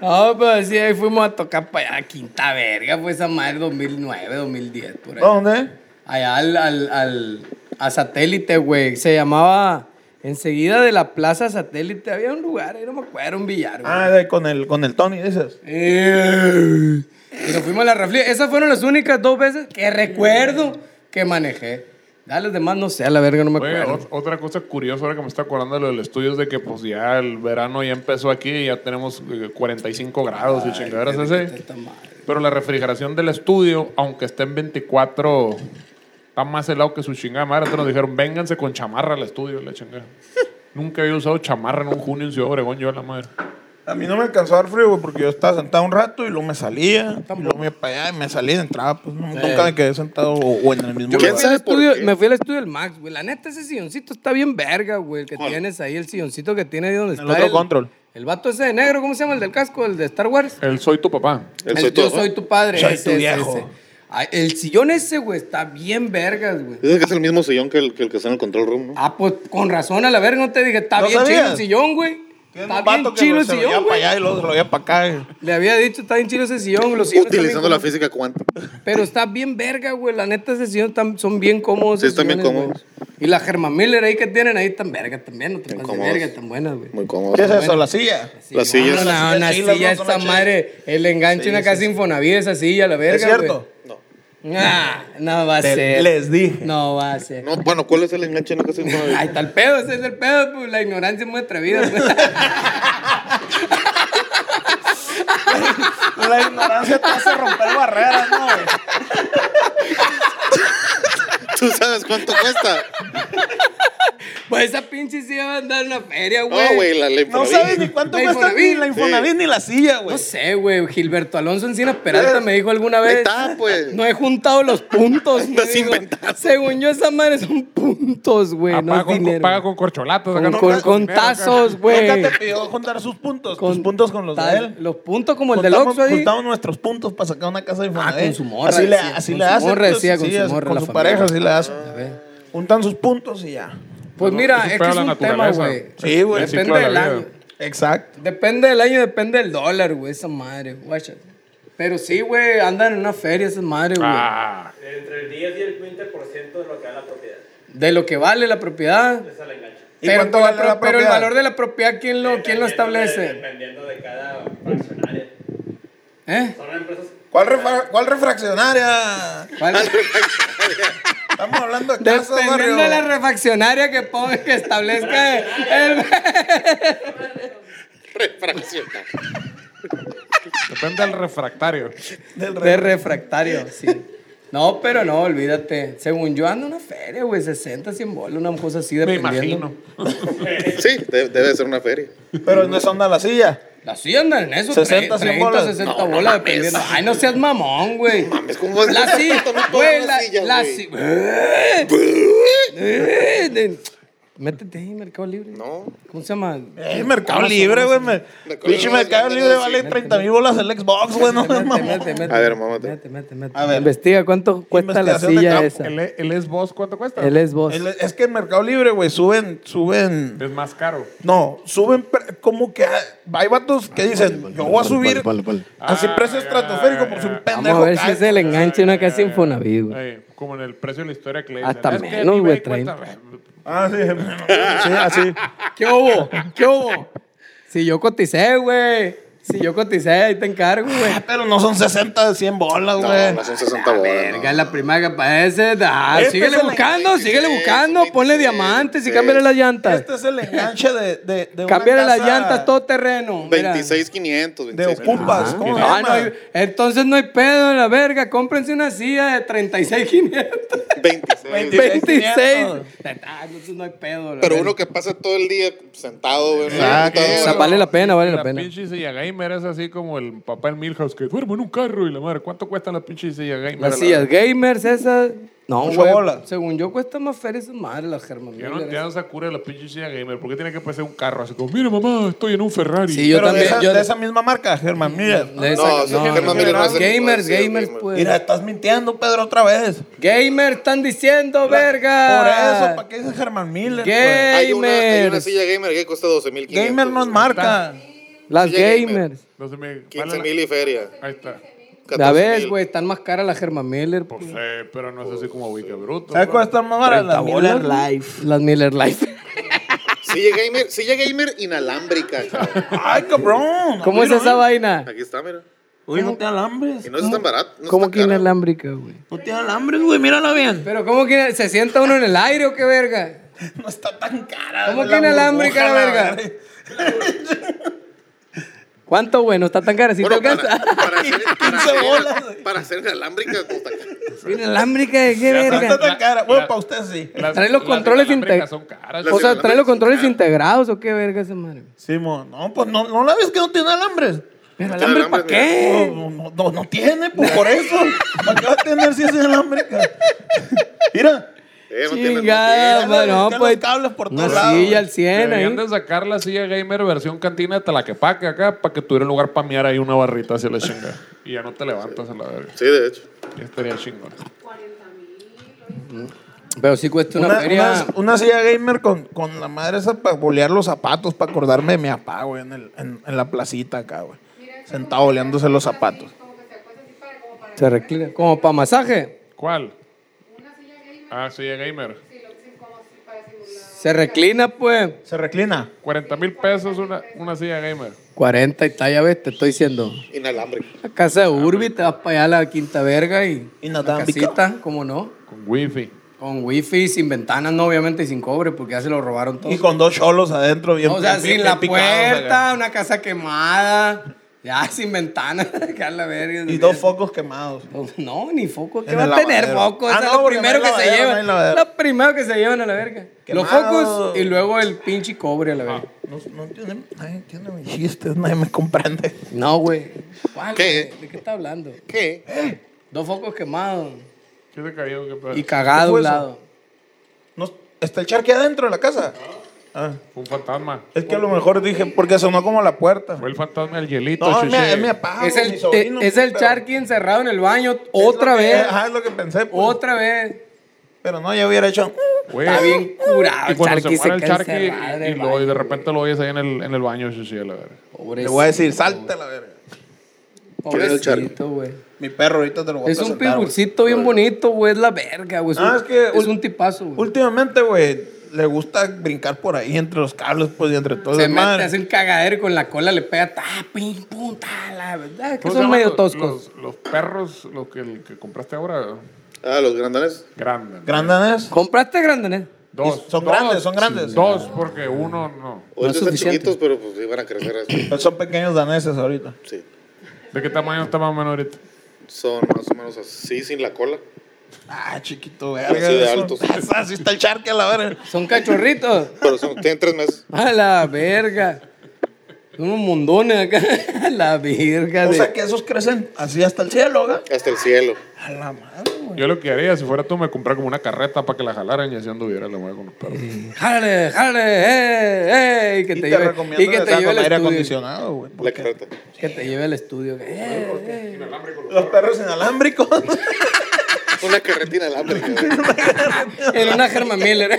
Speaker 2: No, pero sí, ahí fuimos a tocar para allá, a Quinta Verga, fue esa madre 2009, 2010, por ahí.
Speaker 1: ¿Dónde?
Speaker 2: Allá al, al, al- a satélite, güey. Se llamaba enseguida de la plaza satélite. Había un lugar, ahí no me acuerdo, un billar, güey.
Speaker 1: Ah, de- con, el, con el Tony, dices.
Speaker 2: Eh, Y nos fuimos a la raflía. Esas fueron las únicas dos veces que recuerdo que manejé. Ya las demás no sé, a la verga, no me
Speaker 4: Güey,
Speaker 2: acuerdo.
Speaker 4: o- otra cosa curiosa ahora que me está acordando de lo del estudio es de que pues ya el verano ya empezó aquí y ya tenemos eh, 45 grados y chingaderas así.
Speaker 2: Esta madre.
Speaker 4: Pero la refrigeración del estudio, aunque esté en 24, está más helado que su chingada madre. Entonces nos dijeron, vénganse con chamarra al estudio, la chingada. Nunca había usado chamarra en un junio en Ciudad Obregón, yo a la madre.
Speaker 1: A mí no me alcanzó a dar frío, güey, porque yo estaba sentado un rato y luego me salía. Y luego me iba para allá y me salía y entraba. Pues no,
Speaker 2: Eh.
Speaker 1: nunca me quedé sentado o, o en el mismo
Speaker 5: ¿Quién
Speaker 1: lugar.
Speaker 2: Fui al
Speaker 5: sabe por
Speaker 2: estudio-
Speaker 5: qué?
Speaker 2: me fui al estudio del Max, güey. La neta, ese silloncito está bien verga, güey. El que tienes ahí, el silloncito que tiene ahí donde está.
Speaker 1: otro control.
Speaker 2: El vato ese de negro, ¿cómo se llama? El del casco, el de Star Wars.
Speaker 4: El soy tu papá.
Speaker 5: El
Speaker 2: El
Speaker 5: soy todo.
Speaker 2: yo soy tu padre.
Speaker 1: Soy
Speaker 2: ese,
Speaker 1: tu
Speaker 2: ese,
Speaker 1: viejo.
Speaker 2: ese. Ay, el sillón ese, güey, está bien vergas, güey.
Speaker 3: Dicen que es el mismo sillón que el que, el que está en el control room, ¿no?
Speaker 2: Ah, pues con razón, a la verga, no te dije, está
Speaker 1: ¿No
Speaker 2: bien
Speaker 1: sabías?
Speaker 2: chido el sillón, güey.
Speaker 1: Tiene
Speaker 2: Está
Speaker 1: un vato
Speaker 2: bien
Speaker 1: que
Speaker 2: chido el
Speaker 1: se lo lleva
Speaker 2: sillón,
Speaker 1: para
Speaker 2: güey.
Speaker 1: allá y luego se lo lleva para acá. eh. y-
Speaker 2: Le había dicho, está bien chido ese sillón, los sillones están bien
Speaker 3: Utilizando la
Speaker 2: cómodos.
Speaker 3: física cuántica.
Speaker 2: Pero está bien verga, güey. La neta, esos sillones están- son bien cómodos.
Speaker 3: Sí,
Speaker 2: esos
Speaker 3: están bien
Speaker 2: sillones,
Speaker 3: cómodos.
Speaker 2: güey. Y la Germa Miller ahí que tienen ahí están verga también. No te
Speaker 3: Bien
Speaker 2: pases de
Speaker 3: cómodos.
Speaker 2: verga, están buenas, güey.
Speaker 3: Muy cómodo.
Speaker 1: ¿Qué es eso? ¿La silla?
Speaker 2: Sí,
Speaker 3: Las sillas.
Speaker 2: No, no, no, una
Speaker 1: Las sillas
Speaker 2: silla
Speaker 1: no son
Speaker 2: esta
Speaker 1: las
Speaker 2: madre. El enganche
Speaker 1: Sí,
Speaker 2: una
Speaker 1: sí,
Speaker 2: casa Infonavilla, esa silla, la verga,
Speaker 1: ¿Es cierto?
Speaker 2: güey. Ah, no va a
Speaker 1: Te-
Speaker 2: ser.
Speaker 1: les dije.
Speaker 2: No va a ser.
Speaker 3: No, bueno, ¿cuál es el enganche? No, casi no.
Speaker 2: Ahí está el pedo, ese es el pedo, pues la ignorancia es muy atrevida. Pues.
Speaker 1: La ignorancia te hace romper barreras, ¿no, güey?
Speaker 3: ¿Tú sabes cuánto cuesta?
Speaker 2: Pues esa pinche silla va a andar en la feria, güey.
Speaker 3: No, güey, la ley
Speaker 1: No sabes ni cuánto
Speaker 2: La
Speaker 1: cuesta ni
Speaker 2: Infonavit.
Speaker 1: la Infonavit ni la silla, güey.
Speaker 2: No sé, güey. Gilberto Alonso Encina Peralta me dijo alguna vez.
Speaker 3: pues. Eh, Ahí está, pues.
Speaker 2: No he juntado los puntos. me
Speaker 3: Andas
Speaker 2: dijo.
Speaker 3: inventando.
Speaker 2: Según yo, esa madre son puntos, güey.
Speaker 4: Ah,
Speaker 2: no
Speaker 4: paga,
Speaker 2: es
Speaker 4: con,
Speaker 2: dinero.
Speaker 4: paga con corcholatas.
Speaker 2: Con-
Speaker 4: acá, no,
Speaker 2: con-
Speaker 4: no,
Speaker 2: con
Speaker 4: dinero acá.
Speaker 2: tazos, güey.
Speaker 1: Nunca te pidió juntar sus puntos, tus
Speaker 2: Con-
Speaker 1: puntos con los de
Speaker 2: tal-
Speaker 1: él.
Speaker 2: Los puntos como el del
Speaker 1: Juntamos-
Speaker 2: Oxxo ahí.
Speaker 1: Juntamos nuestros puntos para sacar una casa de
Speaker 2: Ah,
Speaker 1: Infonavit.
Speaker 2: con su morra.
Speaker 1: Así le,
Speaker 2: decía,
Speaker 1: así
Speaker 2: con
Speaker 1: le
Speaker 2: su
Speaker 1: hacen.
Speaker 2: morra
Speaker 1: pues,
Speaker 2: decía, con
Speaker 1: sí,
Speaker 2: su
Speaker 1: así-
Speaker 2: morra.
Speaker 1: Con
Speaker 2: la
Speaker 1: su
Speaker 2: familia.
Speaker 1: pareja así le hacen.
Speaker 2: A ver.
Speaker 1: Juntan sus puntos y ya.
Speaker 2: Pues mira,
Speaker 4: eso
Speaker 2: es que
Speaker 4: pega
Speaker 2: es
Speaker 4: la
Speaker 2: un tema,
Speaker 4: naturaleza.
Speaker 2: güey.
Speaker 1: Sí, güey.
Speaker 4: El ciclo
Speaker 2: Depende
Speaker 4: de
Speaker 2: del
Speaker 4: la vida.
Speaker 2: año.
Speaker 1: Exacto.
Speaker 2: Depende del año, depende del dólar, güey. Esa madre, guacha. Pero sí, güey, andan en una feria esas madres, güey.
Speaker 4: Ah,
Speaker 6: Entre el 10 y el 20% de lo que da la propiedad.
Speaker 2: De lo que vale la propiedad.
Speaker 6: Esa la engancha.
Speaker 1: ¿Y
Speaker 2: Pero,
Speaker 1: cuánto
Speaker 2: pero-
Speaker 1: vale la
Speaker 2: pero el
Speaker 1: propiedad?
Speaker 2: valor de la propiedad, ¿quién lo, quién lo
Speaker 6: Dependiendo de-
Speaker 2: establece?
Speaker 6: Dependiendo de cada fraccionaria.
Speaker 2: ¿Eh?
Speaker 6: Son empresas.
Speaker 1: ¿Cuál, refra- cuál refraccionaria?
Speaker 2: ¿Cuál?
Speaker 1: Estamos hablando de casas, barrio.
Speaker 2: Dependiendo de la refaccionaria que ponga, que establezca el...
Speaker 3: Refracciona.
Speaker 4: depende del refractario.
Speaker 1: Del re-
Speaker 2: de refractario, sí. No, pero no, olvídate. Según yo ando en una feria, güey, 60, 100 bolas, una cosa así
Speaker 4: Me
Speaker 2: dependiendo.
Speaker 4: imagino.
Speaker 3: Sí, de- debe ser una feria.
Speaker 1: Pero no es onda la silla.
Speaker 2: Las sillas andan en eso,
Speaker 1: 60,
Speaker 2: 60,
Speaker 1: 100
Speaker 2: 30,
Speaker 1: bolas.
Speaker 2: 60
Speaker 3: No, no
Speaker 2: bolas,
Speaker 3: mames.
Speaker 2: dependiendo. Ay, no seas mamón, güey.
Speaker 3: mames, ¿cómo vas a
Speaker 2: La
Speaker 3: gastar
Speaker 2: silla,
Speaker 3: tanto en un
Speaker 2: güey,
Speaker 3: programa
Speaker 2: la,
Speaker 3: de silla,
Speaker 2: la
Speaker 3: güey?
Speaker 2: silla. Eh, de- Métete ahí, Mercado Libre.
Speaker 3: No.
Speaker 2: ¿Cómo se llama?
Speaker 1: Eh, Mercado Libre, güey. me-
Speaker 3: Mercado
Speaker 1: Pinche
Speaker 3: Libre,
Speaker 1: Mercado
Speaker 3: sí,
Speaker 1: Libre
Speaker 3: sí.
Speaker 1: vale 30 mil bolas el Xbox, güey. No
Speaker 2: Métete,
Speaker 1: seas mamón.
Speaker 2: métete, métete.
Speaker 3: A ver, mámate.
Speaker 2: Métete, métete, métete.
Speaker 1: A ver.
Speaker 2: Investiga cuánto cuesta la
Speaker 1: Investigación de
Speaker 2: silla
Speaker 1: campo.
Speaker 2: esa.
Speaker 4: ¿El, el es vos cuánto cuesta?
Speaker 2: Él es vos.
Speaker 1: El- Es que en Mercado Libre, güey, suben, suben.
Speaker 4: Es más caro.
Speaker 1: No, suben pre- como que ah, hay vatos que dicen, yo voy a subir así
Speaker 4: Ah,
Speaker 1: precio
Speaker 4: ya,
Speaker 1: estratosférico por
Speaker 4: ya,
Speaker 1: su
Speaker 4: ya.
Speaker 1: pendejo.
Speaker 2: Vamos a ver si
Speaker 1: cae.
Speaker 2: es el enganche de una casa Infonavit, güey.
Speaker 4: Ey, como en el precio de la historia que le
Speaker 2: Hasta
Speaker 4: dicen, "Es que
Speaker 2: menos,
Speaker 4: eBay
Speaker 2: güey,
Speaker 4: cuesta-
Speaker 1: Ah, sí. sí, así.
Speaker 2: ¿Qué hubo? ¿Qué hubo? Si yo coticé, güey. Si yo coticé, ahí te encargo, güey.
Speaker 3: Ah,
Speaker 1: Pero no son 60 de 100 bolas,
Speaker 3: No,
Speaker 1: güey.
Speaker 3: no son 60 bolas.
Speaker 2: Verga,
Speaker 3: no.
Speaker 2: es la primera que parece. Ah,
Speaker 1: Este
Speaker 2: síguele
Speaker 1: es el
Speaker 2: buscando,
Speaker 3: enganche,
Speaker 2: síguele
Speaker 3: sí,
Speaker 2: buscando.
Speaker 3: sí,
Speaker 2: Ponle
Speaker 3: sí,
Speaker 2: diamantes y
Speaker 3: sí.
Speaker 2: cámbiale las llantas.
Speaker 1: este es el enganche de, de, de una
Speaker 2: Cámbiale las
Speaker 1: casa
Speaker 2: llantas todo terreno. mira.
Speaker 3: 26,500.
Speaker 1: De
Speaker 3: 26,500.
Speaker 1: ocupas, ¿cómo se
Speaker 2: Ah, no
Speaker 1: llama?
Speaker 2: hay- entonces no hay pedo en la verga. Cómprense una silla de 36,500.
Speaker 5: 26.
Speaker 2: 26. Ah, entonces no hay pedo. la
Speaker 5: Pero
Speaker 2: verga.
Speaker 5: uno que pasa todo el día sentado, güey. en el
Speaker 3: Exacto.
Speaker 2: O
Speaker 5: computador,
Speaker 2: sea, vale la pena, vale la,
Speaker 4: Ah, la
Speaker 2: pena.
Speaker 4: pinche Silla Gamer es así como el papá del Milhouse que duerme en un carro y la madre. ¿Cuánto cuestan las pinches Silla Gamer?
Speaker 2: Las sillas gamers esas. No,
Speaker 1: Ocho
Speaker 2: güey.
Speaker 1: bolas.
Speaker 2: Según yo, cuesta más feria esas madres, las
Speaker 4: Yo
Speaker 2: Germán Miller.
Speaker 4: no entiendo esa cura de las pinches Silla Gamer. ¿Por qué tiene que parecer un carro así como, mira mamá, estoy en un Ferrari?
Speaker 2: Sí, yo
Speaker 1: Pero de
Speaker 2: también-
Speaker 1: esa,
Speaker 2: yo-
Speaker 1: de esa misma marca, Germán Miller.
Speaker 2: De esa-
Speaker 5: No, sí, Germán Miller no es el-
Speaker 2: Gamers,
Speaker 5: sí,
Speaker 2: gamers,
Speaker 5: gamer.
Speaker 2: pues.
Speaker 1: Mira, estás mintiendo, Pedro, otra vez.
Speaker 2: Gamer están diciendo,
Speaker 1: Por eso,
Speaker 2: verga.
Speaker 1: ¿para qué dices Germán Miller? pues?
Speaker 5: Hay una, hay una
Speaker 2: Gamers.
Speaker 5: silla gamer que cuesta 12 mil.
Speaker 1: Gamer no es marca.
Speaker 2: Las
Speaker 5: silla gamer.
Speaker 2: gamers.
Speaker 4: Entonces me-
Speaker 5: 15
Speaker 4: vale
Speaker 5: mil y feria.
Speaker 4: la- Ahí está.
Speaker 2: La
Speaker 5: 14,000.
Speaker 2: ves, güey, están más caras las Germán Miller.
Speaker 4: Pues, eh, pero no es así como Wicca Bruto.
Speaker 1: ¿Sabes cuál está más barato? La Miller Life.
Speaker 2: Las Miller Life.
Speaker 5: Silla gamer, silla gamer inalámbrica. cabrón.
Speaker 1: Ay, cabrón.
Speaker 2: ¿Cómo es
Speaker 1: Mira,
Speaker 2: esa
Speaker 1: eh.
Speaker 2: vaina?
Speaker 5: Aquí está, mira.
Speaker 1: Uy, no te alambres.
Speaker 5: Y no es tan barato. No es
Speaker 2: ¿Cómo
Speaker 5: tan
Speaker 2: que
Speaker 5: caro.
Speaker 2: inalámbrica, güey?
Speaker 1: No te alambres, güey, mírala bien.
Speaker 2: Pero ¿cómo que se sienta uno en el aire o qué verga?
Speaker 1: No está tan cara.
Speaker 2: ¿Cómo
Speaker 1: la
Speaker 2: que inalámbrica la
Speaker 1: burbuja,
Speaker 2: verga? ¿Cuánto, güey? No está tan cara, si
Speaker 5: Bueno,
Speaker 2: te alcanza.
Speaker 5: para, para hacer, para,
Speaker 1: 15
Speaker 5: hacer-
Speaker 1: bolas, güey.
Speaker 5: para hacer inalámbrica pues, costa caro.
Speaker 2: Inalámbrica de qué
Speaker 1: No está
Speaker 2: verga.
Speaker 1: tan cara. Bueno,
Speaker 4: la-
Speaker 1: para usted sí.
Speaker 4: Las-
Speaker 2: Trae los
Speaker 4: las
Speaker 2: controles
Speaker 4: inalámbricas
Speaker 2: inte-
Speaker 4: son caras.
Speaker 5: Las
Speaker 2: O sea, trae los
Speaker 5: inalámbricas
Speaker 2: controles
Speaker 5: son
Speaker 2: integrados o qué verga esa madre.
Speaker 1: Simón, no, pues no, no la ves que no tiene alambres.
Speaker 2: ¿Pero
Speaker 5: tiene
Speaker 2: alambre para
Speaker 5: alambre,
Speaker 2: qué?
Speaker 1: No, no, no, no tiene, pues por eso. ¿Para qué va a tener si es inalámbrica? Mira,
Speaker 5: Eh, no tiene- no
Speaker 2: Chingada,
Speaker 1: tiene-
Speaker 2: madre, no,
Speaker 1: están los
Speaker 2: pues.
Speaker 1: cables por
Speaker 2: Una
Speaker 1: todos lados.
Speaker 2: silla al 100 ahí.
Speaker 4: Deberían de sacar la silla gamer versión cantina de Tlaquepaque acá para que tuviera lugar para miar ahí una barrita hacia la chinga. Y ya no te levantas a la verga.
Speaker 5: tiene- Sí, de hecho.
Speaker 4: Ya estaría chingón.
Speaker 2: Pero sí cuesta una,
Speaker 1: Una,
Speaker 2: feria.
Speaker 1: una- una silla gamer con, con la madre esa para bolear los zapatos, para acordarme de mi papá, güey, en, el- en- en la placita acá, güey. Sentado boleándose los zapatos.
Speaker 2: Se reclina. Como para masaje.
Speaker 4: ¿Cuál? Ah, silla gamer.
Speaker 2: Se reclina, pues.
Speaker 1: Se reclina.
Speaker 4: 40 mil pesos una, una silla gamer.
Speaker 2: 40 y talla, ves, te estoy diciendo.
Speaker 5: Inalámbrica.
Speaker 2: La casa de Urbi, te vas para allá a la quinta verga y.
Speaker 1: Y
Speaker 2: la
Speaker 1: inalámbrica.
Speaker 2: casita, ¿cómo no?
Speaker 4: Con wifi.
Speaker 2: Con wifi, sin ventanas, no, obviamente, y sin cobre, porque ya se lo robaron todo.
Speaker 1: Y con dos cholos adentro, bien
Speaker 2: o sea,
Speaker 1: bien-
Speaker 2: sin
Speaker 1: bien
Speaker 2: la
Speaker 1: picados acá.
Speaker 2: puerta, una casa quemada, ya sin ventanas, que a la verga. Pues,
Speaker 1: Y dos focos quemados.
Speaker 2: No, ni foco. ¿Qué
Speaker 1: En
Speaker 2: va
Speaker 1: el
Speaker 2: a tener
Speaker 1: lavadero.
Speaker 2: foco?
Speaker 1: Ah,
Speaker 2: Eso es
Speaker 1: no,
Speaker 2: lo
Speaker 1: porque no hay
Speaker 2: primero que se
Speaker 1: lavadero, no hay
Speaker 2: llevan.
Speaker 1: lavadero.
Speaker 2: lo primero que se llevan a la verga. Los
Speaker 1: Quemado. Ah.
Speaker 2: focos y luego el pinche cobre a la verga.
Speaker 1: No, no entienden, nadie entiende mis chistes, nadie me comprende.
Speaker 2: No, güey. ¿Cuál,
Speaker 5: ¿Qué?
Speaker 2: güey? ¿De qué está hablando?
Speaker 5: ¿Qué?
Speaker 2: Dos focos quemados
Speaker 4: ¿Qué te cayó? ¿Qué pedo?
Speaker 2: y cagado a
Speaker 1: fue
Speaker 2: un
Speaker 1: eso?
Speaker 2: lado.
Speaker 1: No, ¿Está el charque adentro de la casa? Ah,
Speaker 4: Fue un fantasma.
Speaker 1: es que a lo mejor dije, porque sonó como la puerta.
Speaker 4: Fue el fantasma del hielito,
Speaker 1: No, es
Speaker 4: chiche.
Speaker 1: mi, es mi papá,
Speaker 2: es
Speaker 1: güey,
Speaker 2: el,
Speaker 1: Ah, mi sobrino,
Speaker 2: eh, es el
Speaker 1: pero-
Speaker 2: charqui encerrado en el baño
Speaker 1: es lo
Speaker 2: otra
Speaker 1: que-
Speaker 2: vez.
Speaker 1: Ajá, es lo que pensé. pues.
Speaker 2: Otra vez.
Speaker 1: Pero no, ya hubiera hecho. "Mm".
Speaker 4: Güey.
Speaker 2: Está bien curado.
Speaker 4: Y
Speaker 2: El
Speaker 4: cuando se
Speaker 2: charqui se
Speaker 4: muere el
Speaker 2: queda
Speaker 4: charqui
Speaker 2: encerrado en
Speaker 4: y, y
Speaker 2: el
Speaker 4: lo- y
Speaker 2: baño.
Speaker 4: de repente lo oyes ahí en el, en el baño, chiche, a la verga.
Speaker 1: Le voy a decir, salte a la verga.
Speaker 5: ¿Quién es el charqui?
Speaker 2: Pobrecito, güey.
Speaker 1: Mi perro, ahorita te lo voy a
Speaker 2: Es un
Speaker 1: presentar, güey.
Speaker 2: pingurcito bien bonito, güey. Es la verga, güey. Es,
Speaker 1: Ah,
Speaker 2: un,
Speaker 1: es que
Speaker 2: es
Speaker 1: ul-
Speaker 2: un tipazo, güey.
Speaker 1: Últimamente, güey, le gusta brincar por ahí entre los cables, pues, y entre todo
Speaker 2: Se
Speaker 1: el
Speaker 2: mete,
Speaker 1: mar.
Speaker 2: hace un cagadero y con la cola le pega, ta, pim, pum, ta, la verdad. es Que
Speaker 4: ¿Cómo se
Speaker 2: son
Speaker 4: llaman
Speaker 2: medio
Speaker 4: los-
Speaker 2: toscos.
Speaker 4: Los, los perros, los que, el que compraste ahora,
Speaker 5: Ah, los grandanes.
Speaker 4: grandes.
Speaker 1: ¿Grandanés?
Speaker 2: ¿Compraste grandanés?
Speaker 4: Dos.
Speaker 1: Son
Speaker 4: Dos.
Speaker 1: grandes, son grandes.
Speaker 4: Dos, porque uno no.
Speaker 2: No
Speaker 5: Hoy
Speaker 2: es
Speaker 5: están
Speaker 2: suficiente.
Speaker 5: chiquitos, pero pues iban a crecer así.
Speaker 1: Son pequeños daneses ahorita.
Speaker 5: Sí.
Speaker 4: ¿De qué tamaño está más o menos ahorita?
Speaker 5: Son más o menos así, sin la cola.
Speaker 1: Ah, chiquito, verga.
Speaker 5: Así de
Speaker 1: eso.
Speaker 5: altos.
Speaker 1: Así está el charque a la verga.
Speaker 2: Son cachorritos.
Speaker 5: Pero son, tienen tres meses.
Speaker 2: A la verga. Son unos mundones acá. A la verga.
Speaker 1: O
Speaker 2: de-
Speaker 1: sea que esos crecen así hasta el cielo, ¿verdad?
Speaker 5: Hasta el cielo.
Speaker 1: A la madre, güey.
Speaker 4: Yo lo que haría, si fuera tú, me comprar como una carreta para que la jalaran y así anduviera la mueve con los perros.
Speaker 2: Jálale, jálale, eh, eh, y que
Speaker 1: Y
Speaker 2: te,
Speaker 1: te
Speaker 2: lleve,
Speaker 1: recomiendo
Speaker 2: y que
Speaker 1: que
Speaker 2: te
Speaker 1: sea
Speaker 2: lleve
Speaker 1: con
Speaker 2: al
Speaker 1: aire
Speaker 2: estudio.
Speaker 1: acondicionado, güey.
Speaker 5: La carta.
Speaker 2: Que te lleve al estudio. eh, eh.
Speaker 1: Los perros inalámbricos.
Speaker 5: Una carreta inalámbrica. güey.
Speaker 2: En una Germa Miller.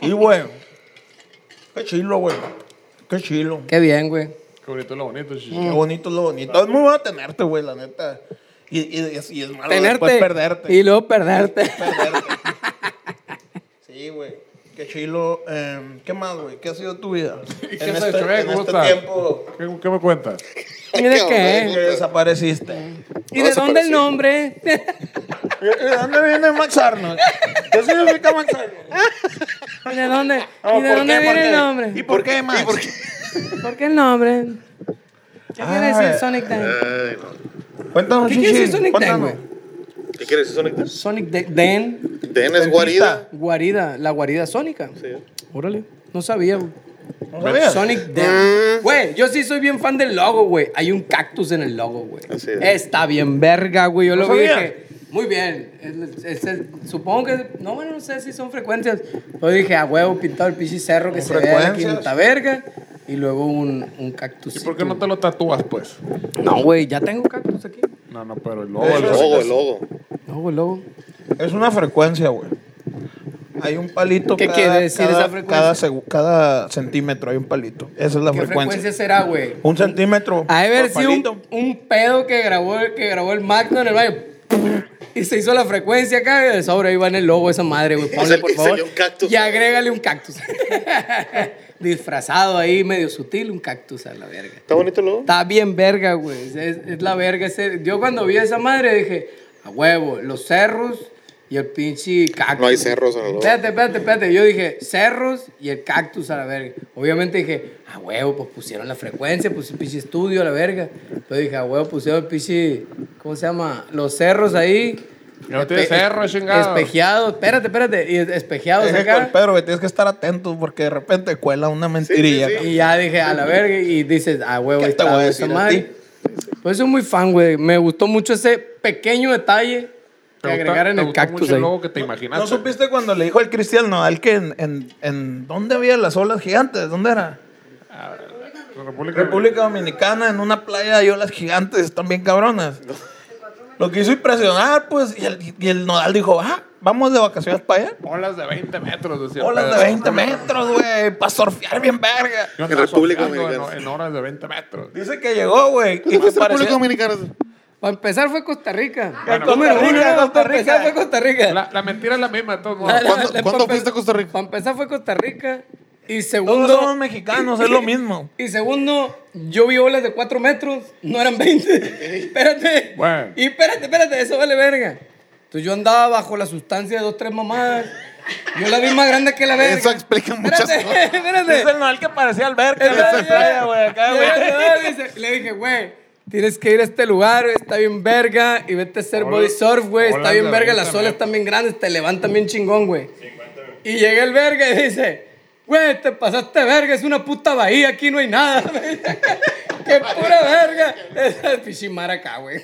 Speaker 1: sí, güey. Qué chilo, güey. Qué chilo.
Speaker 2: Qué bien, güey.
Speaker 4: Qué bonito es lo bonito, chichi.
Speaker 1: Qué bonito es lo bonito. Es muy bueno tenerte, güey, la neta. Y, y, y es- y es malo
Speaker 2: Tenerte.
Speaker 1: después perderte.
Speaker 2: Y luego perderte.
Speaker 1: Perderte. sí, güey. Qué chilo. Em, ¿Qué más, güey? ¿Qué ha sido tu vida?
Speaker 4: ¿Y
Speaker 1: en
Speaker 4: qué has
Speaker 1: este,
Speaker 4: hecho, eh?
Speaker 1: en
Speaker 4: ¿Cómo
Speaker 1: este
Speaker 4: estás?
Speaker 1: tiempo
Speaker 4: ¿Qué, qué me cuentas?
Speaker 2: Mira
Speaker 5: Qué
Speaker 2: qué.
Speaker 5: hombre.
Speaker 1: que desapareciste.
Speaker 2: ¿Y de dónde el nombre?
Speaker 1: ¿Y- y ¿De dónde viene Max Arnold? ¿Qué significa Max Arnold?
Speaker 2: ¿Y de dónde?
Speaker 1: Ah,
Speaker 2: ¿Y de
Speaker 1: ¿por qué?
Speaker 2: dónde
Speaker 1: ¿Por
Speaker 2: viene el
Speaker 1: qué?
Speaker 2: nombre?
Speaker 1: ¿Y por qué, Max?
Speaker 2: ¿Por qué el nombre? ¿Qué quiere
Speaker 1: Ah, eh,
Speaker 2: decir Sonic Day?
Speaker 5: Ay, no.
Speaker 1: Cuéntanos,
Speaker 2: ¿Qué quiere decir
Speaker 1: Chichi.
Speaker 2: Sonic Den,
Speaker 1: Cuéntanos.
Speaker 2: güey?
Speaker 3: ¿Qué quieres decir, Sonic?
Speaker 2: Sonic de- Den,
Speaker 3: Den es guarida.
Speaker 2: guarida, la guarida sónica.
Speaker 3: Sí.
Speaker 2: Órale, no sabía, güey.
Speaker 1: ¿No sabías?
Speaker 2: Sonic
Speaker 3: Ah.
Speaker 2: Dem. Güey, yo sí soy bien fan del logo, güey. Hay un cactus en el logo, güey.
Speaker 3: Así es.
Speaker 2: Está bien verga, güey. Yo
Speaker 1: ¿No
Speaker 2: lo vi y
Speaker 1: sabías?
Speaker 2: dije, muy bien. Es- es el- supongo que, no, bueno, no sé si son frecuencias. Yo dije, a huevo, pintado el pinche cerro que se
Speaker 1: Son
Speaker 2: ve en la
Speaker 1: frecuencias.
Speaker 2: quinta verga. Y luego un, un cactus.
Speaker 4: ¿Y por qué no te lo tatúas, pues?
Speaker 2: No, güey, ya tengo cactus aquí.
Speaker 4: No, no, pero el
Speaker 1: De
Speaker 4: lobo.
Speaker 3: El
Speaker 1: hecho,
Speaker 4: el-
Speaker 3: logo, el logo.
Speaker 2: No, güey, logo.
Speaker 1: Es una frecuencia, güey. Hay un palito
Speaker 2: ¿Qué
Speaker 1: cada,
Speaker 2: quiere decir
Speaker 1: cada-
Speaker 2: esa frecuencia?
Speaker 1: Cada, segu- cada centímetro hay un palito. Esa es la
Speaker 2: ¿Qué frecuencia
Speaker 1: frecuencia.
Speaker 2: será, güey?
Speaker 1: Un centímetro.
Speaker 2: A ver
Speaker 1: por
Speaker 2: si
Speaker 1: palito.
Speaker 2: un, un pedo que grabó, que grabó el Magno en el baño. Y se hizo la frecuencia acá. y de Sobre ahí va en el logo esa madre, güey. Ponle,
Speaker 3: sal-
Speaker 2: por
Speaker 3: y
Speaker 2: favor.
Speaker 3: salió un cactus.
Speaker 2: Y agrégale un cactus. Disfrazado ahí, medio sutil, un cactus a la verga.
Speaker 3: ¿Está bonito el logo?
Speaker 2: Está bien verga, güey. Es, es- es la verga. Ese. Yo cuando vi a esa madre dije, a huevo, los cerros y el pinche cactus.
Speaker 3: No hay cerros en el logo.
Speaker 2: Espérate, espérate, espérate. Yo dije, cerros y el cactus a la verga. Obviamente dije, a huevo, pues pusieron la frecuencia, pusieron pinche estudio a la verga. Pero dije, a huevo, pusieron el pinche, ¿cómo se llama? Los cerros ahí.
Speaker 4: Ya no tiene cerro, chingado.
Speaker 2: Espejeados, espérate, espérate. Y espejeados
Speaker 1: Es que con el
Speaker 2: acá.
Speaker 1: Pedro, güey, tienes que estar atento porque de repente cuela una mentirilla.
Speaker 3: sí, sí.
Speaker 1: cabrón.
Speaker 2: Y ya dije, a la verga, y dices, ah, huevo,
Speaker 1: ¿Qué te
Speaker 2: está
Speaker 1: voy a
Speaker 2: esa
Speaker 1: decir a
Speaker 2: madre.
Speaker 1: ti?
Speaker 2: Pues soy muy fan, güey. Me gustó mucho ese pequeño detalle que agregaron en el cactus ahí.
Speaker 4: el logo que te imaginaste.
Speaker 1: ¿No supiste cuando le dijo el Cristian Nodal que en, en, en- ¿Dónde había las olas gigantes? ¿Dónde era?
Speaker 4: La República-
Speaker 1: República Dominicana, en una playa hay olas gigantes, están bien cabronas. Lo quiso impresionar, pues, y el, y el Nodal dijo, ah, vamos de vacaciones para allá.
Speaker 4: Olas de 20 metros, decía.
Speaker 1: Olas
Speaker 4: Pedro.
Speaker 1: de 20 metros, güey, para surfear bien verga.
Speaker 4: Yo
Speaker 3: En
Speaker 4: andaba
Speaker 3: República
Speaker 4: surfeando
Speaker 3: Dominicana.
Speaker 4: En, en horas de 20 metros.
Speaker 1: Dice que llegó, güey, y que
Speaker 3: República
Speaker 1: parecía...
Speaker 3: Dominicana.
Speaker 2: Para empezar fue Costa Rica.
Speaker 1: Bueno,
Speaker 2: Número
Speaker 1: Costa Rica,
Speaker 2: uno,
Speaker 1: Costa
Speaker 2: Costa Rica
Speaker 1: Rica.
Speaker 2: fue Costa Rica.
Speaker 4: La, la mentira es la misma, de todos modos.
Speaker 2: La- la-
Speaker 3: ¿Cuándo-
Speaker 2: la-
Speaker 3: cuándo
Speaker 2: pa' empe-
Speaker 3: fuiste a Costa Rica?
Speaker 2: Para empezar fue Costa Rica. Y
Speaker 1: Todos somos
Speaker 2: segundo,
Speaker 1: mexicanos, es lo mismo.
Speaker 2: y segundo, yo vi olas de 4 metros, no eran 20. espérate.
Speaker 4: Bueno.
Speaker 2: Y espérate, espérate, eso vale verga. Entonces yo andaba bajo la sustancia de dos, tres mamadas. Yo la vi más grande que la verga.
Speaker 3: Eso explica muchas
Speaker 2: Espérate,
Speaker 3: cosas.
Speaker 2: Espérate.
Speaker 1: Dice el Nodal que parecía alberca en
Speaker 2: Entonces,
Speaker 1: esa playa, güey, acá,
Speaker 2: llegué
Speaker 1: güey.
Speaker 2: al lugar, dice- Le dije, güey, tienes que ir a este lugar, güey, está bien verga, y vete a hacer
Speaker 4: Hola.
Speaker 2: body surf, güey, está
Speaker 4: Hola,
Speaker 2: bien
Speaker 4: la
Speaker 2: verga,
Speaker 4: neta,
Speaker 2: las
Speaker 4: me-
Speaker 2: olas están bien grandes, te levantan bien chingón, güey. Y llega el verga y dice, güey, te pasaste verga, es una puta bahía, aquí no hay nada. ¡Qué pura verga! Es el pichimar acá, güey.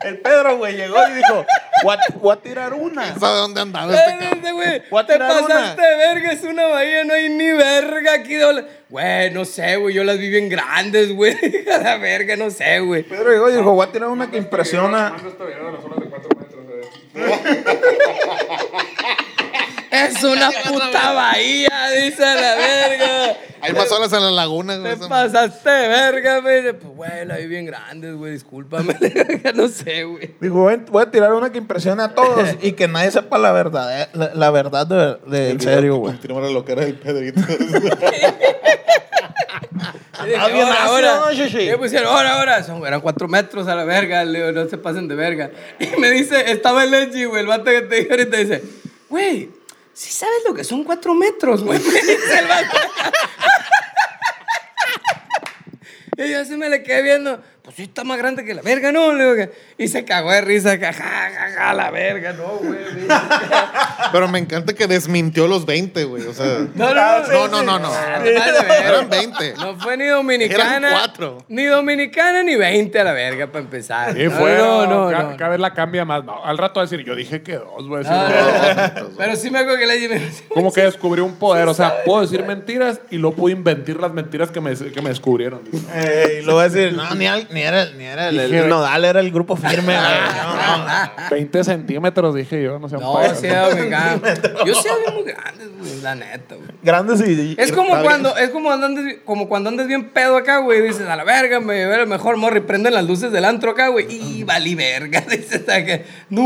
Speaker 1: El Pedro, güey, llegó y dijo, voy a- voy a tirar una.
Speaker 3: ¿Quién sabe dónde andaba este cabrón?
Speaker 2: Espérate, güey.
Speaker 1: Voy a
Speaker 2: Te
Speaker 1: tirar una.
Speaker 2: pasaste de verga, es una bahía, no hay ni verga aquí. de ola- Güey, no sé, güey, yo las vi bien grandes, güey. A la verga, no sé, güey.
Speaker 1: Pedro llegó y dijo, voy a tirar una que impresiona.
Speaker 4: Manda este video de las olas de 4 metros. eh.
Speaker 2: Es una puta bahía, dice la verga.
Speaker 3: Hay más olas en la laguna. güey.
Speaker 2: Te pasaste de verga, me dice, pues, güey, la vi bien grandes, güey, discúlpame. no sé, güey.
Speaker 1: Dijo, "Ven, voy a tirar una que impresione a todos y que nadie sepa la verdad, eh, la, la verdad de, de- en serio, güey.
Speaker 3: Continuar a lo que era el Pedrito.
Speaker 2: Y dije,
Speaker 1: Ah, bien
Speaker 2: ahora,
Speaker 1: ácido,
Speaker 2: ahora.
Speaker 1: ¿no, Shishi?
Speaker 2: Y me pusieron, ahora, ahora. Son, eran cuatro metros a la verga, le digo, no se pasen de verga. Y me dice, estaba el Enchi, güey, el vato que te dije ahorita, dice, güey, ¿sí sabes lo que son cuatro metros, güey? Me dice el vato. Y yo así me le quedé viendo, pues sí está más grande que la verga, ¿no? Le digo que- y se cagó de risa, que ja, ja, ja, la verga, no, güey.
Speaker 3: Pero me encanta que desmintió los 20, güey. O sea,
Speaker 2: No, no, no.
Speaker 3: no, no, no. no.
Speaker 2: Ah, no, vale, verga.
Speaker 3: Eran 20.
Speaker 2: No fue ni dominicana.
Speaker 3: Eran cuatro.
Speaker 2: Ni dominicana ni 20 a la verga para empezar.
Speaker 4: Sí,
Speaker 2: No,
Speaker 4: fue.
Speaker 2: No, no,
Speaker 4: ca-
Speaker 2: no.
Speaker 4: Cada vez la cambia más. No, al rato va a decir, yo dije que dos, güey.
Speaker 2: No,
Speaker 4: sí,
Speaker 2: no,
Speaker 4: güey.
Speaker 2: no. Pero sí me acuerdo que le dije.
Speaker 4: Como que descubrí un poder. O sea, puedo decir mentiras y luego puedo inventir las mentiras que me, que me descubrieron.
Speaker 1: Eh, y lo voy a decir, no, ni, al- ni era, el- ni era el, el
Speaker 4: Dije-
Speaker 1: Nodal, era el grupo firme, güey. No, no.
Speaker 4: 20 centímetros, dije yo. No sé.
Speaker 2: Ah. No, sí era dominicana. Yo sí había muy grandes, güey, la neta, güey.
Speaker 1: Grandes y... y-
Speaker 2: Es como
Speaker 3: Está bien.
Speaker 2: cuando, es como cuando, andas, como cuando andas bien pedo acá, güey. Dices, a la verga, me llevé el mejor morro y prenden las luces del antro acá, güey. Y valí verga. Dices, acá, no.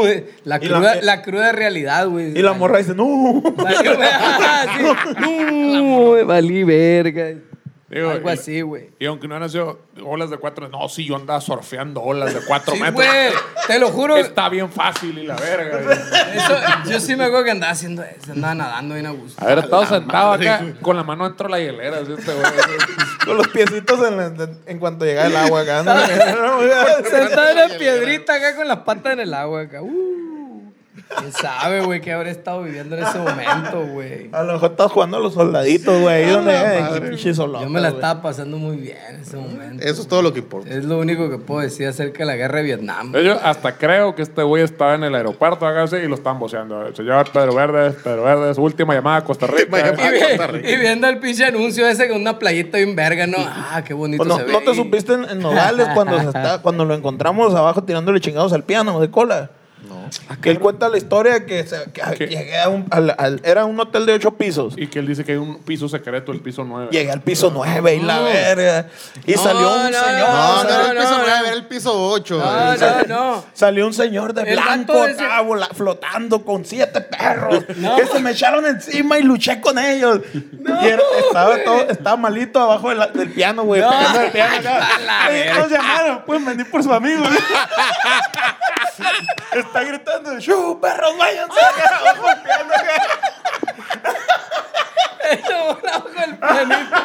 Speaker 2: güey. La
Speaker 1: Y la-
Speaker 2: cruda, la, cruda realidad, güey.
Speaker 1: Y la morra dice, no.
Speaker 2: Valió verga. Sí. No, valí verga.
Speaker 4: Digo,
Speaker 2: Algo
Speaker 4: y-
Speaker 2: así, güey.
Speaker 4: Y aunque no han sido olas de cuatro, no, sí, yo andaba surfeando olas de cuatro
Speaker 2: Sí,
Speaker 4: metros.
Speaker 2: güey, te lo juro.
Speaker 4: Está bien fácil y la verga. güey.
Speaker 2: Eso- yo sí me acuerdo que andaba haciendo eso, andaba nadando bien a gusto.
Speaker 4: Haber estado sentado acá, con la mano dentro de la hielera, así este güey.
Speaker 1: Con los piecitos en, la- en cuanto llega el agua acá. ¿no?
Speaker 2: Sentado en la piedrita acá con las patas en el agua acá. Uh. ¿Quién sabe, güey, qué habré estado viviendo en ese momento, güey?
Speaker 1: A lo mejor estás jugando a los soldaditos, güey. ahí
Speaker 2: Ah,
Speaker 1: donde- ay, qué pinche solota,
Speaker 2: Yo me la
Speaker 1: güey.
Speaker 2: estaba pasando muy bien en ese momento.
Speaker 3: Eso es todo lo que importa.
Speaker 2: Es lo único que puedo decir acerca de la guerra de Vietnam.
Speaker 4: De hecho, hasta creo que este güey estaba en el aeropuerto acá así, y lo están boceando. Señor Pedro Verdes, Pedro Verdes, última llamada a Costa Rica.
Speaker 3: Última llamada.
Speaker 2: Y, ve-
Speaker 3: Costa Rica.
Speaker 2: y viendo el pinche anuncio ese con una playita bien verga, ¿no? Ah, qué bonito
Speaker 1: Pues no,
Speaker 2: se ve.
Speaker 1: no te supiste en, en Nogales cuando, se está- cuando lo encontramos abajo tirándole chingados al piano de cola. Que él cuenta la historia que, se- que ah,
Speaker 4: ¿Qué?
Speaker 1: llegué a un, al- al- era un hotel de ocho pisos.
Speaker 4: Y que él dice que hay un piso secreto, el piso 9.
Speaker 1: Llegué al piso nueve y la verga. Y
Speaker 2: No,
Speaker 1: salió un
Speaker 2: no,
Speaker 1: señor.
Speaker 3: No, no, era el
Speaker 2: Ah, no,
Speaker 3: piso
Speaker 2: no. Ah,
Speaker 3: 9, era el piso 8.
Speaker 2: No, no, no.
Speaker 1: Salió un señor de
Speaker 2: El
Speaker 1: blanco
Speaker 2: vato
Speaker 1: acá
Speaker 2: ese-
Speaker 1: vola- flotando con siete perros que se me echaron encima y luché con ellos. y era- estaba, todo, estaba malito abajo de la- del piano, güey. pegando el piano acá. Oye, ¿Cómo se llamaron? Pues vendí por su amigo. Está gritando, ¡Shoo, perros, váyanse! acá abajo del piano acá.
Speaker 2: Lo volaba con el pianito.